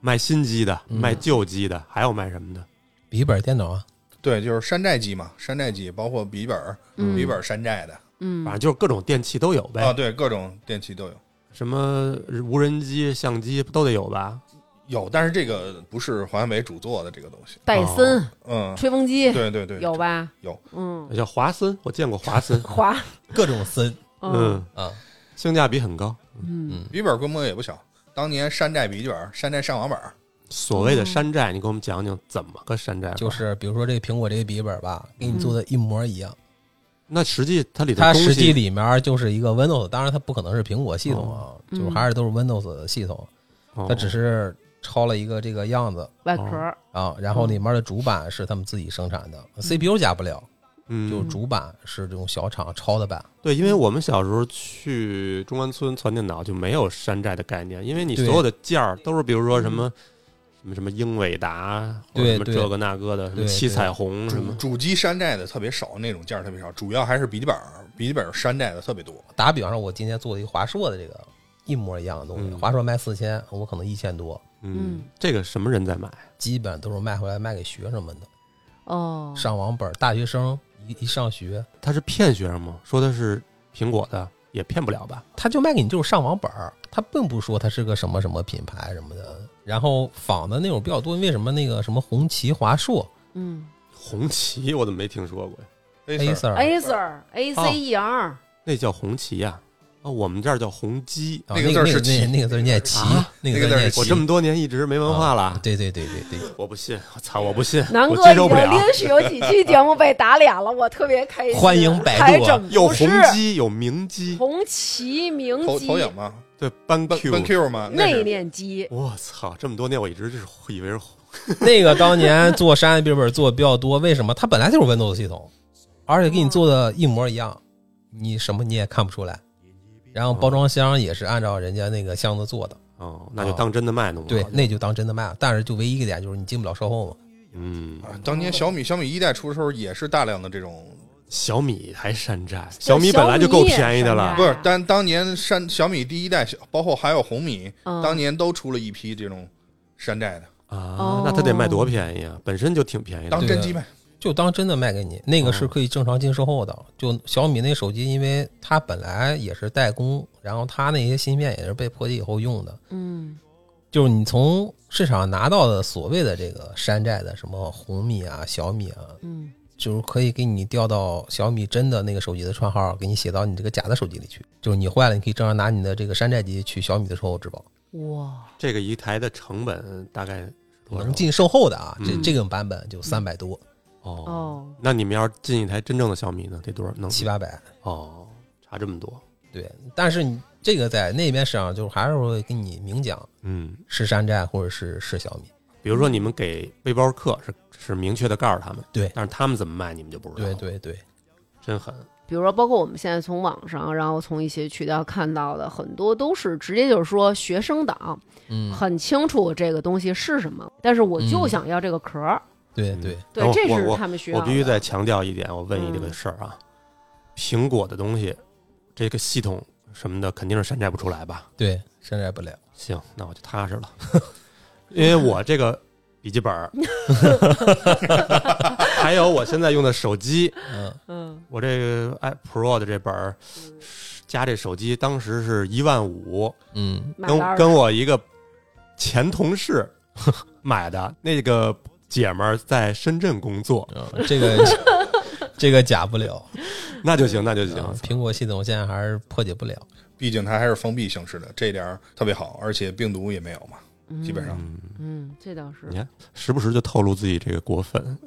S2: 卖新机的，
S1: 嗯
S2: 卖旧机的，还有卖什么的？
S1: 笔记本电脑啊，
S4: 对，就是山寨机嘛，山寨机包括笔记本儿，
S3: 嗯
S4: 笔记本儿山寨的
S3: 嗯
S2: 反正就是各种电器都有
S4: 啊，
S2: 呗，
S4: 对，各种电器都有。
S2: 什么无人机、相机不都得有吧？
S4: 有，但是这个不是华为主做的这个东西。
S3: 戴森、
S4: 嗯，
S3: 吹风机
S4: 对对对，
S3: 有吧？
S4: 有，
S3: 嗯，，
S2: 叫华森，我见过华森
S3: 华，
S1: 各种森
S2: 嗯，
S1: 啊，
S2: 性价比很高。
S3: 嗯
S4: 笔记本规模也不小。当年山寨笔记本儿、山寨上网本儿，
S2: 所谓的山寨，你给我们讲讲怎么个山寨法？
S1: 就是比如说这个苹果这个笔记本吧，给你做
S3: 嗯
S1: 的一模一样，
S2: 那实际它里头
S1: 它
S2: 东西
S1: 实际里面就是一个 Windows，当然它不可能是苹果系统啊，
S3: 嗯
S1: 就是还是都是 Windows 的系统，
S2: 哦
S1: 它只是抄了一个这个样子
S3: 外壳儿，
S1: 啊，然
S4: 嗯
S1: 后里面的主板是他们自己生产的，CPU 加不了，
S2: 嗯
S1: 就是主板是这种小厂抄的版，
S2: 对，因为我们小时候去中关村攒电脑就没有山寨的概念，因为你所
S1: 对嗯
S2: 有的件儿都是比如说什么什么什么英伟达，或者
S1: 对
S2: 什么
S1: 对
S2: 这个那个的，什么
S1: 对
S2: 七
S1: 对
S2: 彩虹什
S4: 主
S2: 么。
S4: 主机山寨的特别少，那种件儿特别少，主要还是笔记本儿，笔记本儿山寨的特别多。
S1: 打比方说，我今天做了一个华硕的这个一模一样的东西，
S2: 嗯
S1: 华硕卖四千，我可能一千多，
S2: 嗯
S3: 嗯，
S2: 这个什么人在买？
S1: 基本都是卖回来卖给学生们的。
S3: 哦，
S1: 上网本儿，大学生一一上学，
S2: 他是骗学生吗？说他是苹果的，也骗不了吧？
S1: 他就卖给你就是上网本儿，他并不说它是个什么什么品牌什么的。然后仿的那种比较多，为什么那个什么红旗、华硕、
S3: 嗯
S2: 红旗我怎么没听说过呀？
S4: Acer
S3: 哎
S1: Acer
S3: ，Acer、ACER，
S2: 那叫红旗呀、啊？我们这儿叫红鸡。
S1: 啊
S4: 那个
S1: 那
S4: 字儿是
S1: 那
S4: 旗
S1: 那个字儿念旗
S2: 啊，
S1: 那
S4: 那个
S1: 字
S4: 字儿
S1: 念
S4: 是
S1: 旗
S2: 我这么多年一直没文化了，
S1: 对对对对对，
S2: 啊我不信，我操，我不信，
S3: 南
S2: 我
S3: 哥
S2: 接
S3: 已
S2: 受
S3: 经
S2: 不了。
S3: 连续有几期节目被打脸了，我特别开心。
S1: 欢迎百度啊
S3: 还整不
S2: 有红
S3: 是
S2: 鸡，有明鸡，
S3: 红旗、明
S4: 投
S3: 基、
S4: 投影嘛，
S2: 对，班
S4: 奔
S2: Q
S4: 奔 Q 嘛，那
S3: 内
S4: 是
S3: 敛机，
S2: 我操！这么多年，我一直是以为是
S1: 那个当年做山寨笔记本做的比较多，为什么？它本来就是 Windows 系统，而且给你做的一模一样，你什么你也看不出来。然后包装箱也是按照人家那个箱子做的，
S2: 哦，那就当真的卖弄了。
S1: 对，那就当真的卖了。但是就唯一一个点就是你进不了售后嘛。
S2: 嗯，
S4: 啊，当年小米小米一代出的时候也是大量的这种，
S2: 小米还山寨，
S3: 小
S2: 小
S3: 米
S2: 米本来就够便宜的
S3: 也山
S2: 了
S3: 寨。
S4: 不是，但当年山小米第一代，小包括还有红米，
S3: 嗯
S4: 当年都出了一批这种山寨的，
S3: 哦
S2: 啊，那它得卖多便宜啊？本身就挺便宜的
S4: 当。真机卖。
S1: 就当真的卖给你，
S3: 嗯
S1: 那个是可以正常进售后的。就小米那手机，因为它本来也是代工，然后它那些芯片也是被破解以后用的。
S3: 嗯
S1: 就是你从市场拿到的所谓的这个山寨的什么红米啊、小米啊，
S3: 嗯，
S1: 就是可以给你调到小米真的那个手机的串号，给你写到你这个假的手机里去。就是你坏了，你可以正常拿你的这个山寨机去小米的售后质保，
S3: 哇，
S2: 这个一台的成本大概是
S3: 嗯
S2: 多
S1: 能
S2: 少？
S1: 进售后的啊，这
S2: 嗯
S1: 这个版本就三百多，
S2: 哦，
S3: 哦，
S2: 那你们要是进一台真正的小米呢，得多少？
S3: 嗯
S2: 能
S1: 七八百。
S2: 哦，差这么多。
S1: 对，但是你这个在那边市场就是还是会给你明讲。
S2: 嗯，
S1: 是山寨或者是是小米。
S2: 比如说你们给背包客是是明确的告诉他们，
S1: 对
S2: 但是他们怎么卖你们就不知道。
S1: 对，对对，
S2: 真狠。
S3: 比如说，包括我们现在从网上，然后从一些渠道看到的，很多都是直接就是说学生党
S1: 嗯，
S3: 很清楚这个东西是什么，但是我就
S1: 嗯
S3: 想要这个壳儿。
S1: 对
S2: 嗯
S1: 对，
S3: 对
S2: 然，后
S3: 这
S2: 我
S3: 是他们需要
S2: 我
S3: 的。
S2: 必须再强调一点，我问你这个
S3: 嗯
S2: 事儿啊，苹果的东西，这个系统什么的肯定是山寨不出来吧？
S1: 对，山寨不了。
S2: 行，那我就踏实了， 因为我这个笔记本 儿，还有我现在用的手机，
S1: 嗯，
S3: 嗯
S2: 我这个 i Pro 的这本儿加这手机，当时是一万五，
S1: 嗯，
S3: 买了
S2: 跟
S3: 二
S2: 跟我一个前同事 买的那个姐们儿在深圳工作，
S1: 嗯这个这个假不了。
S2: 那就行，那就行
S1: 嗯，苹果系统现在还是破解不了。
S4: 毕竟它还是封闭形式的，这点儿特别好，而且病毒也没有嘛，
S3: 嗯
S4: 基本上
S2: 嗯。
S3: 嗯，这倒是
S2: 你看，时不时就透露自己这个果粉，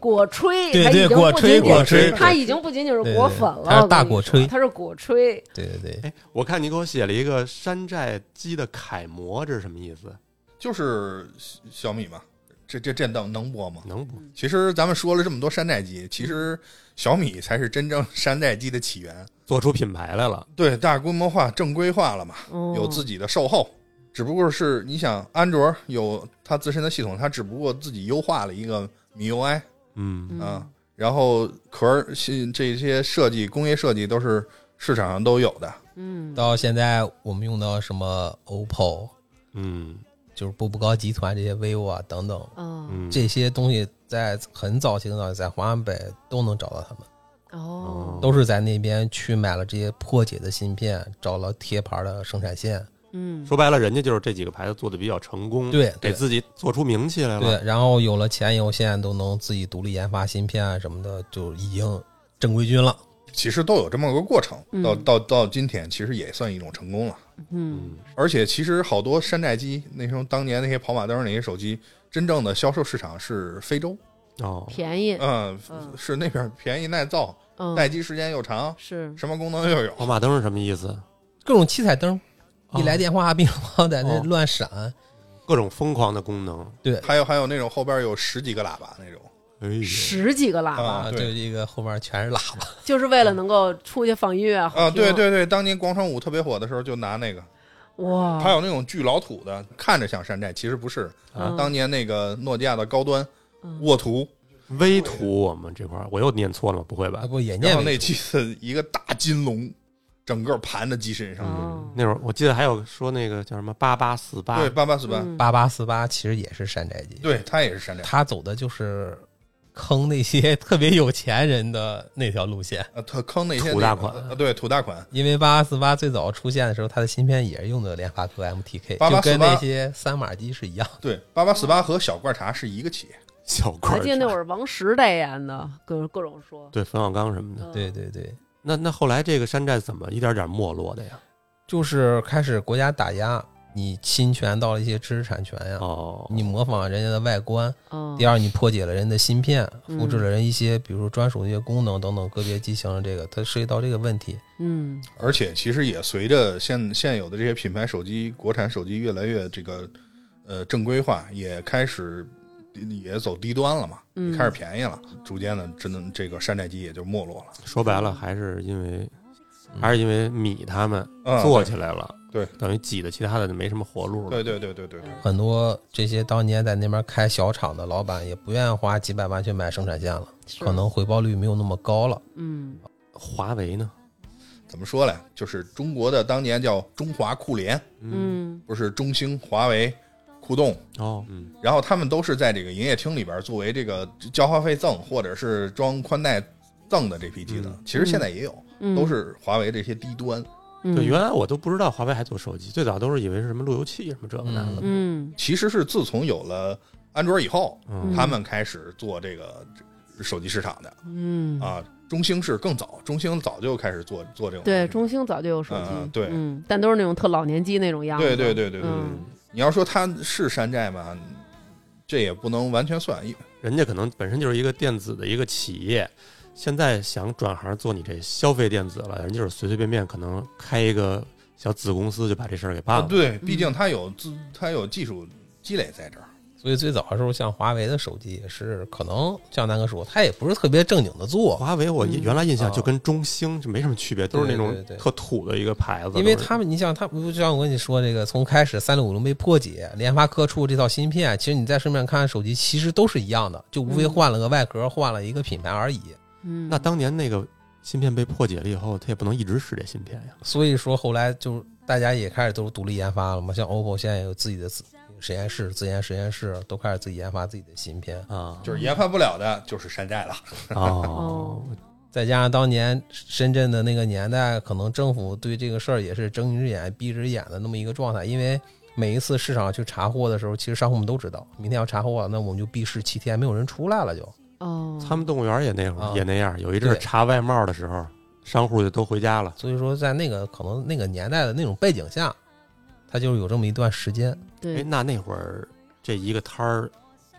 S3: 果吹，
S1: 对
S3: 它已
S1: 对
S3: 经
S1: 果
S3: 不
S1: 吹
S3: 仅仅
S1: 果吹
S3: 它已经不仅仅是
S1: 对
S3: 果
S1: 对
S3: 粉了，
S1: 它是
S3: 我
S1: 大
S3: 跟你
S1: 果
S3: 说
S1: 吹
S3: 它是果吹，
S1: 对对对，
S2: 哎，我看你给我写了一个山寨机的楷模，这是什么意思？
S4: 就是小小米嘛。这这这能能播吗？
S2: 能
S3: 嗯
S2: 不？
S4: 其实咱们说了这么多山寨机，其实小米才是真正山寨机的起源。
S2: 做出品牌来了，
S4: 对，大规模化、正规化了嘛，有
S3: 有
S4: 自己的售后。只不过是你想，安卓有它自身的系统，它只不过自己优化了一个 MIUI
S2: 嗯，
S4: 啊，然后壳儿新这些设计、工业设计都是市场上都有的。
S3: 嗯，
S1: 到现在我们用到什么 OPPO，
S2: 嗯
S1: 就是步步高集团这些 vivo 啊等等
S3: 嗯
S2: 嗯，
S1: 这些东西，在很早期呢，在华南北都能找到他们，
S3: 哦，
S1: 都是在那边去买了这些破解的芯片，找了贴牌的生产线，
S3: 嗯，
S2: 说白了，人家就是这几个牌子做的比较成功，
S1: 对
S2: 给自己做出名气来了。
S1: 对，然后有了钱以后，现在都能自己独立研发芯片啊什么的，就已经正规军了。
S4: 其实都有这么个过程，到
S3: 嗯
S4: 到到今天，其实也算一种成功了。
S3: 嗯，
S4: 而且其实好多山寨机，那时候当年那些跑马灯那些手机，真正的销售市场是非洲，
S2: 哦，
S3: 便宜，
S4: 嗯，
S3: 嗯
S4: 是那边便宜耐造，
S1: 呃
S3: 嗯，
S4: 待机时间又长，
S3: 是，
S4: 什么功能又有。
S2: 跑马灯是什么意思？
S1: 各种七彩灯，
S2: 哦
S1: 一来电话乒乓乓在那
S2: 哦
S1: 乱闪，啊
S2: 各种疯狂的功能，
S1: 对
S4: 还有还有那种后边有十几个喇叭那种，
S2: 哎呦
S3: 十几个喇叭，
S1: 啊，嗯
S4: 啊
S1: 就
S4: 对
S1: 这个后面全是喇叭，
S3: 就是为了能够出去放音乐
S4: 啊，对，对对，当年广场舞特别火的时候就拿那个，
S3: 哇，
S4: 还有那种巨老土的，看着像山寨，其实不是。
S3: 嗯
S4: 啊当年那个诺基亚的高端
S3: 嗯
S4: 沃图，
S2: 微图我们这块儿我又念错了吗？不会吧
S1: 啊？不也
S4: 然
S1: 念
S4: 后那
S1: 为主
S4: 机子一个大金龙，整个盘在机身上。
S2: 嗯
S3: 哦，
S2: 那会儿我记得还有说那个叫什么八八四八，
S4: 对，八八四八，
S3: 嗯
S1: 八八四八其实也是山寨机，
S4: 对，它也是山寨。
S1: 他走的就是坑那些特别有钱人的那条路线。
S4: 呃，他坑那些
S2: 土
S4: 那
S2: 大
S4: 个
S2: 款
S4: 呃对，土大款。
S1: 因为八八四八最早出现的时候，它的芯片也是用的联发科 MTK，
S4: 8848
S1: 就跟那些三码机是一样。
S4: 对，八八四八和小罐茶是一个企业。
S2: 小
S3: 我
S2: 块
S3: 还
S2: 儿
S3: 记得那会儿王石代言的，各各种说，
S2: 对冯小刚什么的。
S3: 嗯
S1: 对，对对，
S2: 那那后来这个山寨怎么一点点没落的呀？
S1: 就是开始国家打压，你侵权到了一些知识产权呀，
S2: 哦，
S1: 你模仿人家的外观，
S3: 嗯
S1: 第，二你破解了人的芯片，
S3: 嗯
S1: 复制了人一些比如说专属的一些功能等等个别机型的这个，它涉及到这个问题。
S3: 嗯，
S4: 而且其实也随着现现有的这些品牌手机，国产手机越来越这个呃正规化，也开始也走低端了嘛，
S3: 嗯
S4: 也开始便宜了，逐渐的真的这个山寨机也就没落了。
S2: 说白了还是因为
S1: 嗯
S2: 还是因为米他们
S4: 嗯
S2: 做起来了，
S4: 对
S2: 等于挤的其他的就没什么活路了。
S4: 对对对对对对，
S1: 很多这些当年在那边开小厂的老板也不愿意花几百万去买生产线了，
S3: 是
S1: 可能，回报率没有那么高了。
S3: 嗯，
S2: 华为呢？
S4: 怎么说嘞？就是中国的当年叫中华酷联，
S3: 嗯，
S4: 不是中兴、华为、酷动，
S2: 哦，嗯，
S4: 然后他们都是在这个营业厅里边作为这个交话费赠或者是装宽带赠的这批机子，
S2: 嗯
S4: 其实现在也有，
S3: 嗯
S4: 都，是华为这些低端。
S3: 嗯
S2: 对，原，来我都不知道华为还做手机，最早都是以为是什么路由器什么这个那个的。
S3: 嗯，
S4: 其实是自从有了安卓以后，
S2: 嗯
S4: 他们开始做这个手机市场的
S3: 嗯，
S4: 啊。中兴是更早，中兴早就开始做做这种。
S3: 对，中兴早就有手机，
S4: 嗯对
S3: 嗯，但都是那种特老年机那种样子，
S4: 对对对对对，
S3: 嗯
S4: 你要说它是山寨吧，这也不能完全算，因
S2: 人家可能本身就是一个电子的一个企业，现在想转行做你这消费电子了，人家就是随随便便可能开一个
S1: 哦
S2: 小子公司就把这事儿给办
S4: 啊
S2: 了。
S4: 对，毕竟它有自它有技术积累在这儿。
S1: 所以最早的时候，像华为的手机也是可能像南哥说，它也不是特别正经的做，
S2: 华为我
S3: 嗯
S2: 原来印象
S1: 啊
S2: 就跟中兴就没什么区别，都是
S1: 对
S2: 那种
S1: 对对
S2: 特土的一个牌子。
S1: 因为
S2: 都是
S1: 他们，你像他，不像我跟你说这个，从开始三六五零被破解，联发科出这套芯片，其实你在市面上看手机，其实都是一样的，就无非
S3: 嗯
S1: 换了个外壳，换了一个品牌而已。
S3: 嗯，
S2: 那当年那个芯片被破解了以后，它也不能一直使这芯片呀。
S1: 所以说后来就大家也开始都是独立研发了嘛，像 OPPO 现在也有自己的自实验室、自研实验室，都开始自己研发自己的芯片。
S2: 啊，
S4: 就是研发不了的，就是山寨了。
S2: 哦，
S1: 再加上当年深圳的那个年代，可能政府对这个事儿也是睁一只眼闭一只眼的那么一个状态，因为每一次市场去查货的时候，其实商户们都知道，明天要查货，那我们就闭市七天，没有人出来了就。
S3: 哦，
S2: 他们动物园也那会
S1: 啊
S2: 儿也那样，有一阵儿
S1: 对
S2: 查外贸的时候，商户就都回家了。
S1: 所以说，在那个可能那个年代的那种背景下，它就是有这么一段时间。
S2: 哎，
S3: 对，
S2: 那那会儿这一个摊儿，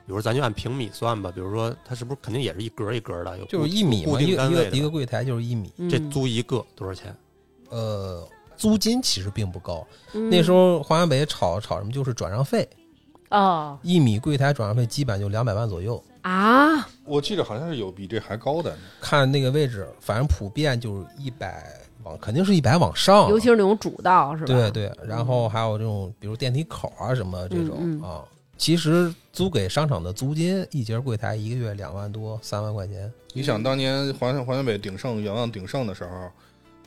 S2: 比如咱就按平米算吧，比如说它是不是肯定也是一格一格的，有
S1: 就是一米
S2: 固
S1: 嘛，
S2: 定
S1: 一个
S2: 单
S1: 一
S2: 位
S1: 个
S2: 的吧
S1: 一个柜台就是一米，
S2: 这
S3: 嗯
S2: 租一个多少钱？
S1: 呃，租金其实并不高。
S3: 嗯
S1: 那时候华南北炒炒什么，就是转让费，
S3: 哦
S1: 一米柜台转让费基本就两百万左右，
S3: 啊，
S4: 我记得好像是有比这还高的，
S1: 看那个位置，反正普遍就是一百往，肯定是一百往上，啊
S3: 尤其是那种主道是吧？
S1: 对对，然后还有这种比如电梯口啊什么这种、
S3: 嗯嗯
S1: 啊。其实租给商场的租金，一节柜台一个月两万多、三万块钱，
S4: 你想当年华强华强北鼎盛远望鼎盛的时候，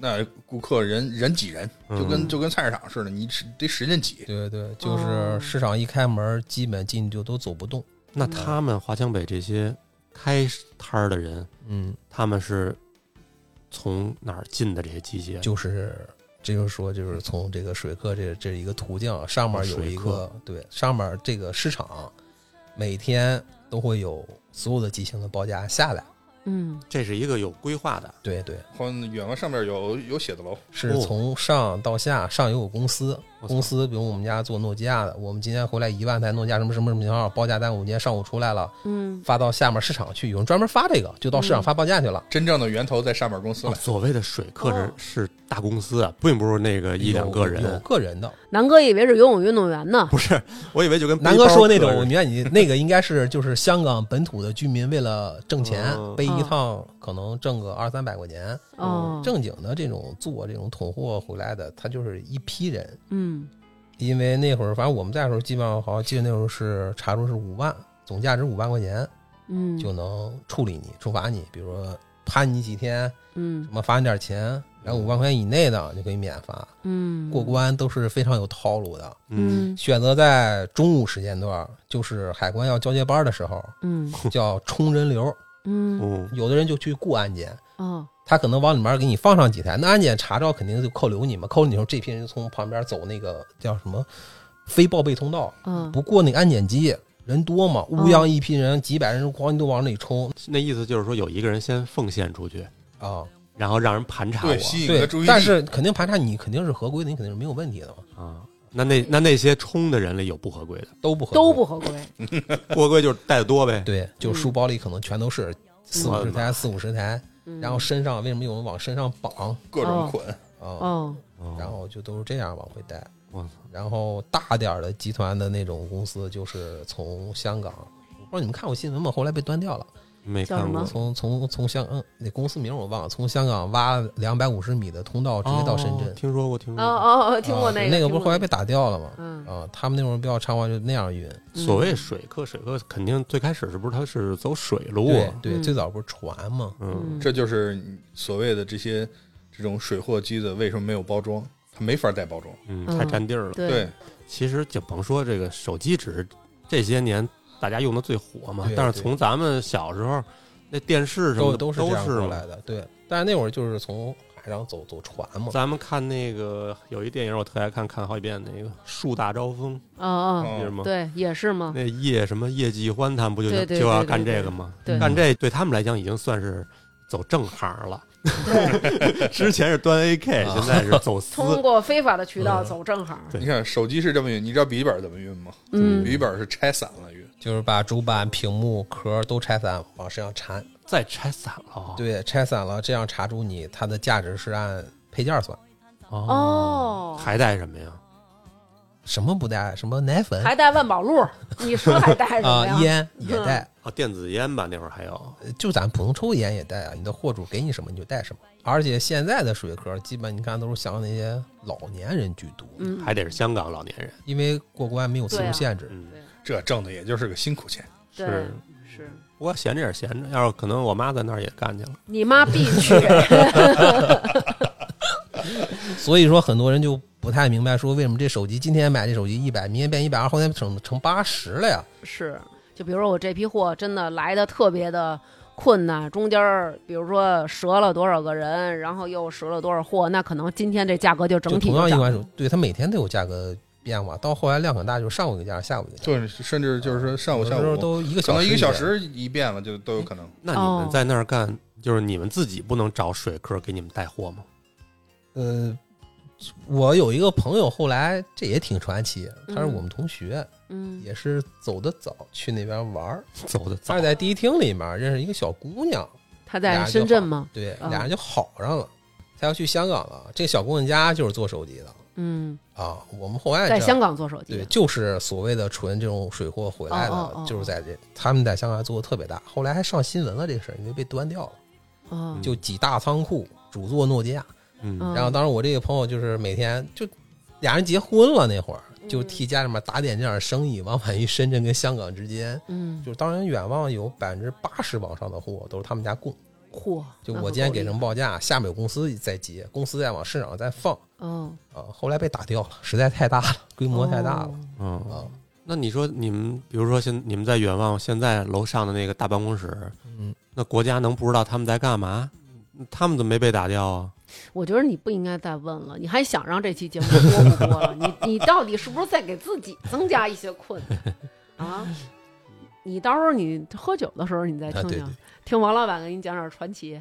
S4: 那顾客人人挤人，就跟、
S3: 嗯
S4: 就跟菜市场似的，你使得使劲挤。
S1: 对对，就
S3: 哦
S1: 是市场一开门，基本进去就都走不动。
S2: 那
S3: 嗯
S2: 他们华强北这些开摊儿的人，
S1: 嗯，
S2: 他们是从哪儿进的这些机械？
S1: 就是这就是说，就是从这个水客这这一个途径啊上面有一
S2: 哦
S1: 个对上面这个市场，每天都会有所有的机型的报价下来。
S3: 嗯，
S2: 这是一个有规划的，
S1: 对对，
S4: 欢远望上面有有写字楼，
S1: 是从上到下，上有公司，
S2: 哦我操
S1: 公司比如我们家做诺基亚的，我们今天回来一万台诺基亚什么什么什么型号报价单，我们今天上午出来了，
S3: 嗯
S1: 发到下面市场去，有人专门发这个，就到市场发报价去了。
S4: 真正的源头在上面公司
S2: 哦
S4: 了。
S2: 所谓的水客
S3: 哦
S2: 是是大公司啊，并不是那个一两个
S1: 有有
S2: 人。
S1: 个人的，
S3: 南哥以为是游泳运动员呢，
S2: 不是，我以为就跟
S1: 南哥说那种，
S2: 背包
S1: 我
S2: 客
S1: 明白你那个应该是就是香港本土的居民为了挣钱
S2: 嗯，
S1: 背一趟可能挣个二三百块钱。
S3: 哦，
S1: 正经的这种做这种捅货回来的，他就是一批人。
S3: 嗯
S1: 因为那会儿，反正我们在的时候，基本上好像记得那时候是查出是五万，总价值五万块钱
S3: 嗯
S1: 就能处理你、处罚你，比如说判你几天，
S3: 嗯
S1: 什么罚你点钱，然后五万块钱以内的就可以免罚。
S3: 嗯
S1: 过关都是非常有套路的。
S2: 嗯，
S1: 选择在中午时间段，就是海关要交接班的时候，
S3: 嗯
S1: 叫冲人流。
S3: 嗯
S2: 嗯，
S1: 有的人就去雇安检，
S3: 哦
S1: 他可能往里面给你放上几台，那安检查照肯定就扣留你嘛。扣留你的时候，这批人就从旁边走那个叫什么非报备通道，
S3: 嗯
S1: 不过那个安检机。人多嘛，乌泱一批人，几百人哐都往那里冲
S2: 那意思就是说有一个人先奉献出去，
S1: 啊！
S2: 然后让人盘查我
S4: 对，吸引
S1: 对
S4: 的注意，力。
S1: 但是肯定盘查你肯定是合规的，你肯定是没有问题的嘛，
S2: 啊。那那那那些冲的人里有不合规的，
S1: 都不合规
S3: 都不嗯合规，
S2: 不合规就是带的多呗。
S1: 对，就书包里可能全都是四五十台，四五十台，
S3: 嗯
S1: 然后身上为什么有人往身上绑
S4: 各种捆，
S1: 啊？
S3: 哦
S2: 哦
S1: 然后就都是这样往回带。
S2: 我操，
S1: 然后大点儿的集团的那种公司，就是从香港，我不知道你们看过新闻吗？后来被端掉了。
S2: 没
S3: 叫
S2: 看
S3: 什
S2: 过
S3: 么
S1: 从从从香嗯，那公司名我忘了，从香港挖两百五十米的通道直接到深圳啊
S2: 哦。听说过，听
S3: 哦
S2: 说过。
S3: 哦哦，听过
S1: 那
S3: 个，那
S1: 不是后来被打掉了吗？
S3: 嗯
S1: 啊，他们那种比较猖狂，就那样运。
S2: 所谓水客，水客肯定最开始是不是他是走水路？啊
S1: 对对，
S3: 嗯
S1: 最早不是船嘛，
S2: 嗯，
S4: 这就是所谓的这些这种水货机的为什么没有包装，它没法带包装。
S2: 嗯，太占地儿了。
S3: 对，
S2: 其实就甭说这个手机，只是这些年大家用的最火嘛
S1: 对。
S2: 但是从咱们小时候，那电视什
S1: 都
S2: 么的
S1: 都是
S2: 都
S1: 这样
S2: 是
S1: 过
S2: 嘛
S1: 来。的。对，但是那会儿就是从海上走走船嘛，
S2: 咱们看那个有一电影，我特爱看，看好几遍，那个《树大招风
S3: 哦哦，
S4: 嗯
S2: 记得吗？
S3: 对，也是吗？
S2: 那叶什么叶继欢他们不就
S3: 对对
S2: 就要
S3: 对对
S2: 干
S3: 对
S2: 这个吗？
S3: 对
S2: 干这对他们来讲已经算是走正行了。
S3: 对，
S2: 之前是端 AK，
S1: 啊
S2: 现在是走
S3: 通
S2: 私。
S3: 过非法的渠道
S2: 嗯
S3: 走正行，
S2: 对
S4: 你看手机是这么运，你知道笔记本怎么运吗？
S3: 嗯
S4: 笔记本是拆散了运，
S1: 就是把主板、屏幕、壳都拆散，往身上缠。
S2: 再拆散了啊。
S1: 对，拆散了，这样查出你它
S2: 哦
S1: 的价值是按配件儿算，
S3: 哦
S2: 哦还带什么呀？
S1: 什么不带，什么奶粉
S3: 还带万宝路，你说还带什么
S1: 啊、
S3: 呀？
S1: 烟也带，呃
S2: 啊，电子烟吧，那会儿还有，
S1: 就咱普通抽烟也带啊。你的货主给你什么你就带什么。而且现在的水壳，基本你看都是向那些老年人居多，
S3: 嗯，
S2: 还得是香港老年人，
S1: 因为过关没有次
S3: 对啊
S1: 数限制。
S2: 嗯，
S4: 这挣的也就是个辛苦钱。
S3: 对
S2: 是
S3: 是，
S2: 不过闲着也是闲着，要是可能我妈在那儿也干去了，
S3: 你妈必去，
S1: 所以说很多人就不太明白，说为什么这手机今天买这手机一百，明天变一百二，后天成成八十了呀？
S3: 是，就比如说我这批货真的来的特别的困难，中间儿比如说折了多少个人，然后又折了多少货，那可能今天这价格就整
S1: 就
S3: 体
S1: 同样一
S3: 就涨
S1: 款手，对它每天都有价格变化，到后来量很大，就是上午一个价，下午一个价，
S4: 对，甚至就是说上午、
S1: 有
S4: 下
S1: 时候
S4: 午，
S1: 都一个
S4: 可
S1: 小
S4: 能
S1: 时，
S4: 一个小。时一变了，就都有可能。
S2: 那你
S3: 哦
S2: 们在那儿干，就是你们自己不能找水客给你们带货吗？
S1: 呃，我有一个朋友，后来这也挺传奇，他是我们同学，
S3: 嗯
S1: 也是走的早，去那边玩儿。
S2: 走的早
S1: 他是，在迪厅里面认识一个小姑娘，
S3: 他
S1: 俩
S3: 在
S1: 人就
S3: 深圳吗？
S1: 对，
S3: 哦
S1: 俩人就好上了。他要去香港了，这小姑娘家就是做手机的
S3: 嗯，
S1: 啊。我们后来
S3: 在
S1: 知道
S3: 香港做手机啊
S1: 对，，就是所谓的纯这种水货回来的，
S3: 哦哦哦
S1: 就是在这他们在香港做的特别大，后来还上新闻了这个事儿，因为被端掉了，
S3: 哦
S1: 就几大仓库主做诺基亚，
S2: 嗯
S3: 嗯
S1: 然后当时我这个朋友就是每天就俩人结婚了那会儿，
S3: 嗯
S1: 就替家里面打点这点生意，往返于深圳跟香港之间，
S3: 嗯，
S1: 就是当然远望有百分之八十往上的货都是他们家供，
S3: 嚯，
S1: 就
S3: 那
S1: 我
S3: 可
S1: 今天
S3: 够
S1: 给
S3: 厉
S1: 什么报价，下面有公司再结，公司再往市场再放。
S3: 害，嗯，
S1: 啊，后来被打掉了，实在太大了，规模太大了
S3: 哦，
S2: 嗯，
S1: 啊。
S2: 那你说你们，比如说现你们在远望现在楼上的那个大办公室，
S1: 嗯，
S2: 那国家能不知道他们在干嘛？他们怎么没被打掉啊？
S3: 我觉得你不应该再问了，你还想让这期节目播不播了？你你到底是不是在给自己增加一些困难啊？你到时候你喝酒的时候你再
S1: 啊
S3: 听
S1: 对
S3: 听，
S1: 对
S3: 听王老板给你讲点传奇。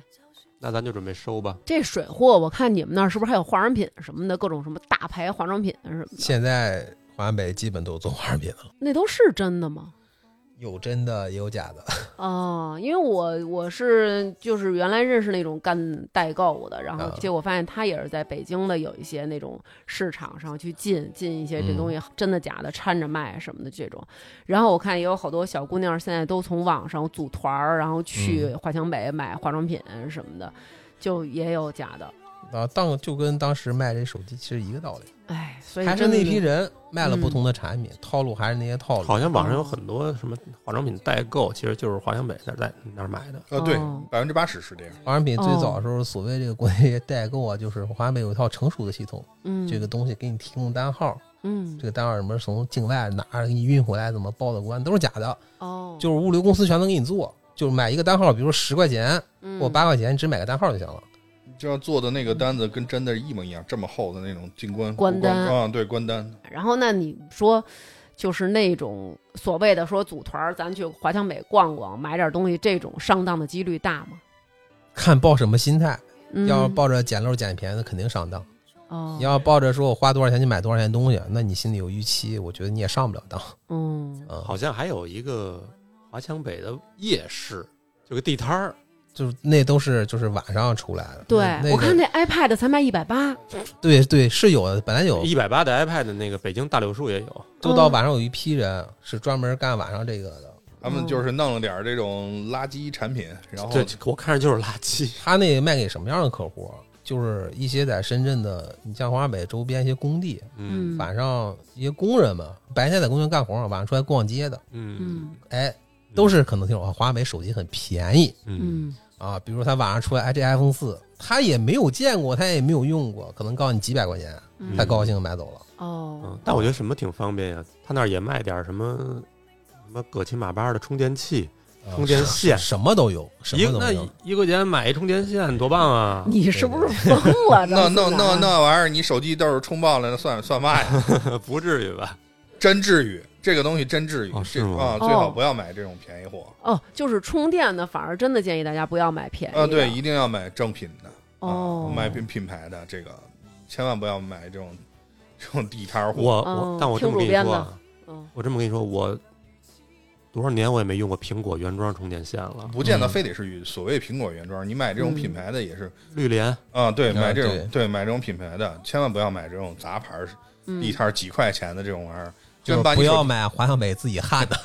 S2: 那咱就准备收吧。
S3: 这水货，我看你们那儿是不是还有化妆品什么的，各种什么大牌化妆品什么的，
S1: 现在华南北基本都做化妆品了，
S3: 那都是真的吗？
S1: 有真的也有假的。
S3: 哦，因为我我是就是原来认识那种干代购的，然后
S1: 啊
S3: 结果发现他也是在北京的有一些那种市场上去进进一些这
S1: 嗯
S3: 东西真的假的掺着卖什么的这种，然后我看也有好多小姑娘现在都从网上组团儿，然后去
S1: 嗯
S3: 华强北买化妆品什么的，就也有假的，
S1: 啊，当就跟当时卖这手机其实一个道理，
S3: 哎，所以
S1: 还是
S3: 真的
S1: 那批人卖了不同的产品，套路还是那些套路。
S2: 好像网上有很多什么化妆品代购，其实就是华强北那儿在那儿买的。
S4: 呃，对
S3: 哦，
S4: 百分之八十是这样。
S1: 化妆品最早的时候，所谓这个国内代购啊，就是华南北有一套成熟的系统，
S3: 嗯
S1: 这个东西给你提供单号，
S3: 嗯
S1: 这个单号什么从境外拿着给你运回来，怎么报的关都是假的，
S3: 哦
S1: 就是物流公司全能给你做，就是买一个单号，比如说十块钱
S3: 嗯
S1: 或八块钱，你只买个单号就行了。
S4: 这样做的那个单子跟真的一模一样，这么厚的那种进关
S3: 关
S4: 关
S3: 单
S4: 啊，对关单，
S3: 然后那你说，就是那种所谓的说组团儿，咱去华强北逛逛，买点东西，这种上当的几率大吗？
S1: 看抱什么心态，
S3: 嗯、
S1: 要是抱着捡漏捡便宜的，肯定上当。
S3: 哦，
S1: 你要抱着说我花多少钱去买多少钱东西，那你心里有预期，我觉得你也上不了当。
S3: 嗯
S1: 嗯，
S2: 好像还有一个华强北的夜市，就个地摊儿，
S1: 就是那都是就是晚上出来的。
S3: 对、
S1: 嗯那那个
S3: 我看那 iPad 才卖一百八，
S1: 对对是有的，本来有，
S2: 一百八的 iPad 的那个北京大柳树也有。
S1: 就到晚上有一批人是专门干晚上这个的。
S4: 他们就是弄了点儿这种垃圾产品，然后
S2: 对，我看着就是垃圾。
S1: 他那个卖给什么样的客户？就是一些在深圳的，你像华北周边一些工地，
S3: 嗯
S1: 晚上一些工人们，白天在工地干活，晚上出来逛街的，
S2: 嗯
S3: 嗯
S1: 哎，都是可能听说啊，华北手机很便宜，
S2: 嗯
S3: 嗯
S1: 啊，比如他晚上出来，哎，这 iPhone 四他也没有见过，他也没有用过，可能告诉你几百块钱，
S3: 嗯，
S1: 他高兴买走了。
S3: 哦
S2: 嗯，但我觉得什么挺方便呀，他那儿也卖点儿什么什么葛琴马巴的充电器，
S1: 啊
S2: 充电线
S1: 什么都有，什
S2: 一
S1: 么
S2: 那
S1: 都有。
S2: 一块钱买一充电线多棒啊！
S3: 你是不是疯 了？
S4: 那
S3: 张思
S4: 那
S3: 楠
S4: 那那玩意儿，你手机到时候充爆了，那算算嘛呀？
S2: 呃不至于吧？
S4: 真至于这个东西真至于，
S2: 哦是
S4: 这
S2: 吗
S4: 啊最好
S3: 哦
S4: 不要买这种便宜货
S3: 哦，就是充电的，反而真的建议大家不要买便宜的
S4: 啊，对，一定要买正品的
S3: 哦
S4: 啊，，买品品牌的这个，千万不要买这种 这种地摊儿货。
S2: 我
S3: 哦
S2: 我，但我这
S3: 听
S2: 么跟
S3: 主
S2: 你
S3: 编
S2: 说
S3: 的
S2: 啊，
S3: 嗯
S2: 我这么跟你说，我多少年我也没用过苹果原装充电线了，
S4: 不见得
S1: 嗯
S4: 非得是所谓苹果原装，你买这种品牌的也是
S2: 绿联
S4: 啊，对，
S1: 嗯
S4: 买这
S1: 对
S4: 种对买这种品牌的，千万不要买这种杂牌儿
S3: 嗯
S4: 地摊几块钱的这种玩意儿，
S1: 就是
S4: 跟把你
S1: 不
S4: 手
S1: 要
S4: 机
S1: 买华强北自己焊 的，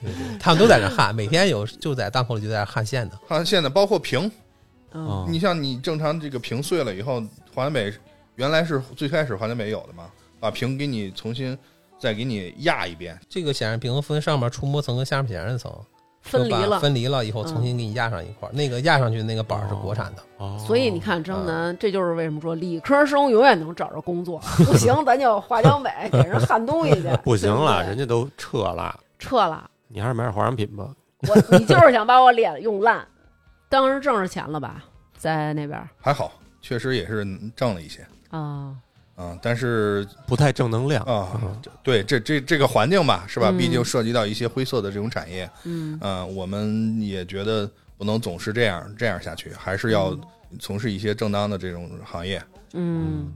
S1: 对对，他们都在那焊，每天有就在档口里就在那焊线的，
S4: 它啊现在包括屏，
S3: 嗯
S4: 你像你正常这个屏碎了以后，华南北原来是最开始华南北有的嘛，把屏给你重新再给你压一遍，
S1: 这个显示屏分上面触摸层跟下面显示层
S3: 分
S1: 就
S3: 离
S1: 把
S3: 了。
S1: 分离了以后
S3: 嗯
S1: 重新给你压上一块儿，那个压上去的那个板儿是国产的，
S2: 哦，
S3: 所以你看，张楠，这就是为什么说理科生永远能找着工 作。不行，咱就华强北给人焊东西去。
S2: 不行了，
S3: 对不对
S2: 人家都撤了，
S3: 撤了。
S2: 你还是买点化妆品吧。
S3: 我你就是想把我脸用烂。当时挣着钱了吧，在那边
S4: 还好，确实也是挣了一些
S3: 啊，
S4: 啊、但是
S2: 不太正能量
S1: 哦
S4: 啊
S2: 嗯
S4: 对这这这个环境吧，是吧？
S3: 嗯
S4: 毕竟涉及到一些灰色的这种产业，
S3: 嗯
S4: 嗯、我们也觉得不能总是这样这样下去，还是要从事一些正当的这种行业，
S3: 嗯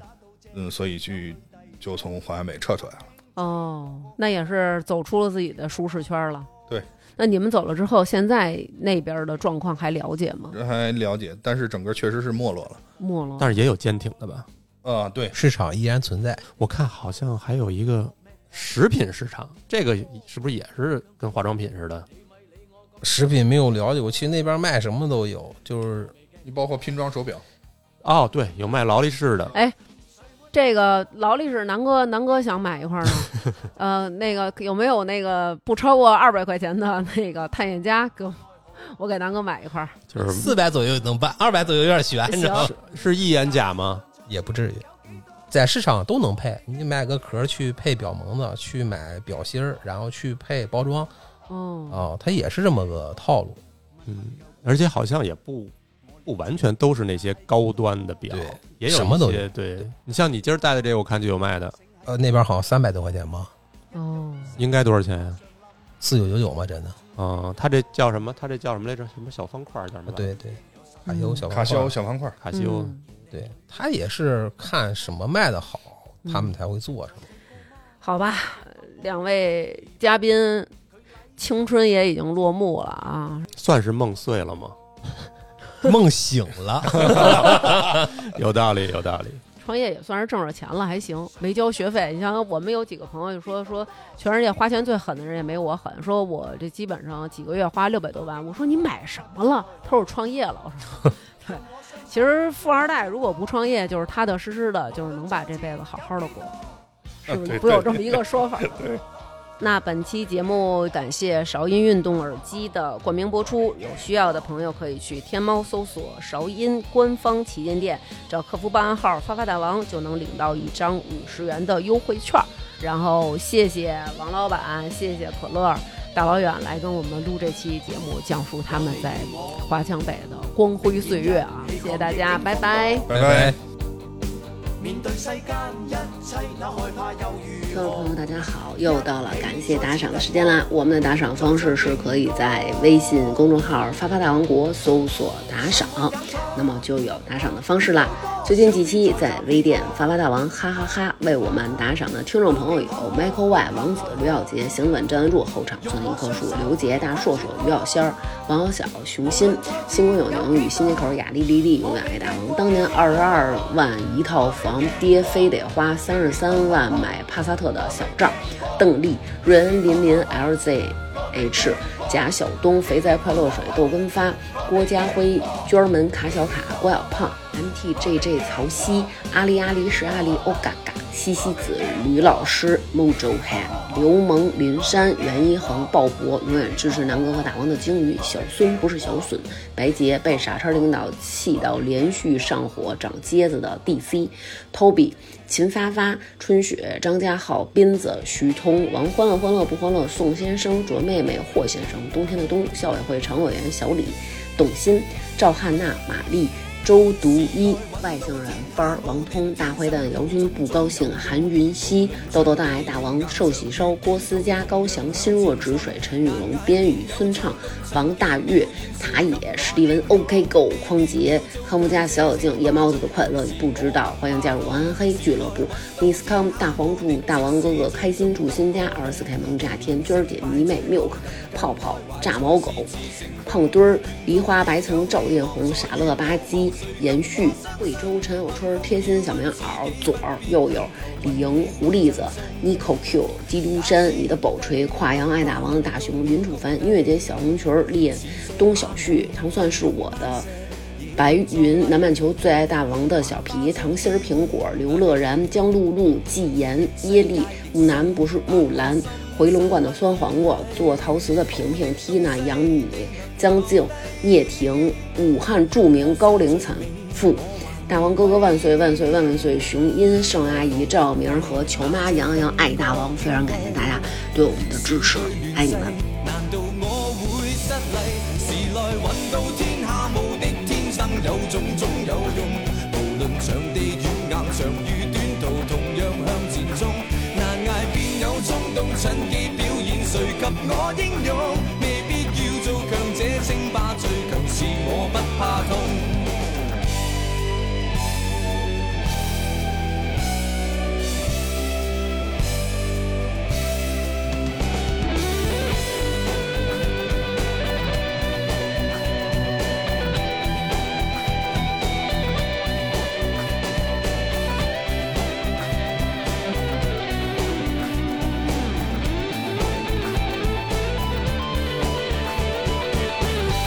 S4: 嗯，所以去就从华南北撤出来了。
S3: 哦，那也是走出了自己的舒适圈了。
S4: 对，
S3: 那你们走了之后，现在那边的状况还了解吗？
S4: 这还了解，但是整个确实是没落了。
S3: 没落。
S2: 但是也有坚挺的吧？
S4: 啊、对，
S1: 市场依然存在。
S2: 我看好像还有一个食品市场，这个是不是也是跟化妆品似的？
S1: 食品没有了解过，其实那边卖什么都有，就是
S4: 你包括拼装手表，
S2: 哦，对，有卖劳力士
S1: 哎
S2: 的，
S3: 这个劳力士，南哥，南哥想买一块儿呢。呃，那个有没有那个不超过二百块钱的那个探险家给我？我给南哥买一块儿，
S2: 就是
S1: 四百左右能办，二百左右有点悬，你知道吗？
S2: 是是一眼甲吗？
S1: 也不至于，在市场都能配，你买个壳去配表蒙子，去买表芯儿，然后去配包装
S3: 哦，
S1: 啊、它也是这么个套路。
S2: 嗯，而且好像也不不完全都是那些高端的表
S1: 对，
S2: 也有
S1: 什么都
S2: 一些
S1: 有
S2: 对你像你今儿戴的这个，我看就有卖的，
S1: 呃，那边好像三百多块钱吧，
S3: 哦，
S2: 应该多少钱呀、
S1: 四九九九嘛，真的。
S2: 嗯，它这叫什么？它这叫什么来着？什么小方块儿叫什么？
S1: 啊，，对对，卡西欧小方
S4: 卡西欧
S1: 块
S4: 小方块，
S2: 卡西欧。
S3: 嗯
S1: 对，它也是看什么卖的好，他们才会做什么。
S3: 好吧，两位嘉宾，青春也已经落幕了啊。
S2: 算是梦碎了吗？
S1: 梦醒了，
S2: 有道理，有道理。
S3: 创业也算是挣着钱了，还行，没交学费。你像我们有几个朋友就说说，全世界花钱最狠的人也没我狠，说我这基本上几个月花六百多万。我说你买什么了？他说我创业了。我说， 对，其实富二代如果不创业，就是踏踏实实的，就是能把这辈子好好的过，是不是？
S4: 啊对
S3: 不有这么一个说法？ 那本期节目感谢韶音运动耳机的冠名播出，有需要的朋友可以去天猫搜索韶音官方旗舰店，找客服报暗号“发发大王”就能领到一张五十元的优惠券儿。然后谢谢王老板，谢谢可乐，大老远来跟我们录这期节目，讲述他们在华强北的光辉岁月啊！谢谢大家，拜拜。
S4: 拜
S1: 拜。
S5: 面對世間一切那害怕又如
S6: 各位
S5: 何
S6: 朋？友，大家好，又到了感谢打赏的时间啦！我们的打赏方式是可以在微信公众号“发发大王国”搜索打赏，那么就有打赏的方式啦。最近几期在微店“发发大王哈哈哈”为我们打赏的听众朋友有 Michael Y、王子、刘耀杰、行稳站得住、后场村一棵树、刘杰、大硕硕、于小仙儿、王小小、熊心、星光有宁与新街口雅丽丽丽永远爱大王。当年二十二万一套房，爹非得花三十三万买帕萨特的小赵、邓丽、瑞恩、林林、LZH、贾晓东、肥仔快乐水、豆根发、郭家辉、娟门、卡小卡、郭小胖、MTJJ、曹曦、阿里阿里是阿里欧嘎嘎。西西子、吕老师、Mojo Head、刘萌、林山、袁一恒、鲍勃，永远支持南哥和大王的鲸鱼。小孙不是小笋，白洁被傻叉领导气到连续上火长疖子的 DC、Toby、秦发发、春雪、张家浩、斌子、徐通、王欢乐欢乐不欢乐、宋先生、卓妹妹、霍先生、冬天的冬、校委会常委员小李、董欣、赵汉娜、玛丽。周独一、外星人班儿、王通、大坏蛋、姚军不高兴、韩云熙、豆豆大爱大王、寿喜烧、郭思佳、高翔、心若止水、陈雨龙、边宇、孙畅、王大岳、塔野、史蒂文、OK Go、匡杰、康夫家、小小静、夜猫子的快乐你不知道，欢迎加入晚安黑俱乐部、Miss 康、大黄柱、大王哥哥、开心住新家、二十四 K 萌炸天、娟儿姐、迷妹 Milk、泡泡、炸毛狗、胖墩儿、梨花白层、赵艳红、傻乐吧唧、
S3: 延续惠州陈小春、贴心小棉袄、左儿、右右、李莹、狐狸子、Nico Q、基督山、你的宝锤、跨洋爱大王、大熊、林楚凡、音乐节小红裙、练东小旭、糖蒜是我的。白云、南半球最爱大王的小皮、糖心儿、苹果、刘乐然、江露露、纪言、耶利、木南不是木兰、回龙观的酸黄瓜、做陶瓷的萍萍、Tina、杨米、江静、聂婷、武汉著名高龄产妇。大王哥哥万岁万岁万万岁！雄鹰、盛阿姨、赵明儿和球妈杨洋爱大王，非常感谢大家对我们的支持，爱你们。
S5: 难道我会失礼？时来运到天下无敌，天生有种总有用。无论长地与硬，長與短途，同樣向前衝。難捱便有衝動，趁機表演誰及我英勇？未必要做強者稱霸，最強是我不怕痛。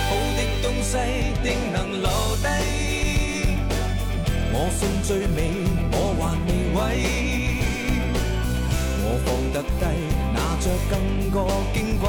S5: 好的東西定能留低。我信最美，我還未毀。我放得低，拿着更覺矜貴。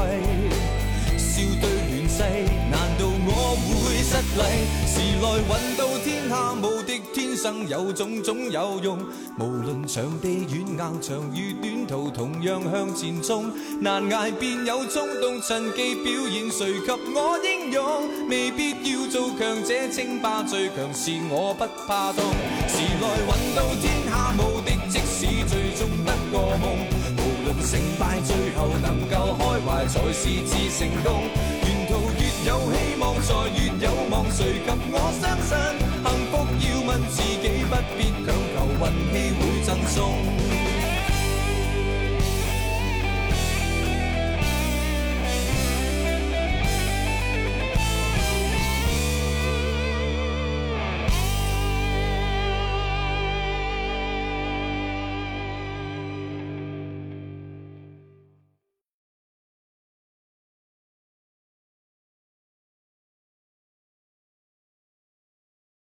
S5: 笑對亂世，難道我會失禮？時來運到天下無敵，天生有種總有用。無論長地遠硬，長與短途，同樣向前衝。難捱便有衝動，趁機表現誰及我英勇？未必要做強者稱霸，最強是我不怕痛。時來運到天下無敵，即使最終得個夢。無論成敗，最後能夠開懷才是至成功。沿途越有希望，才越有望，誰及我相信？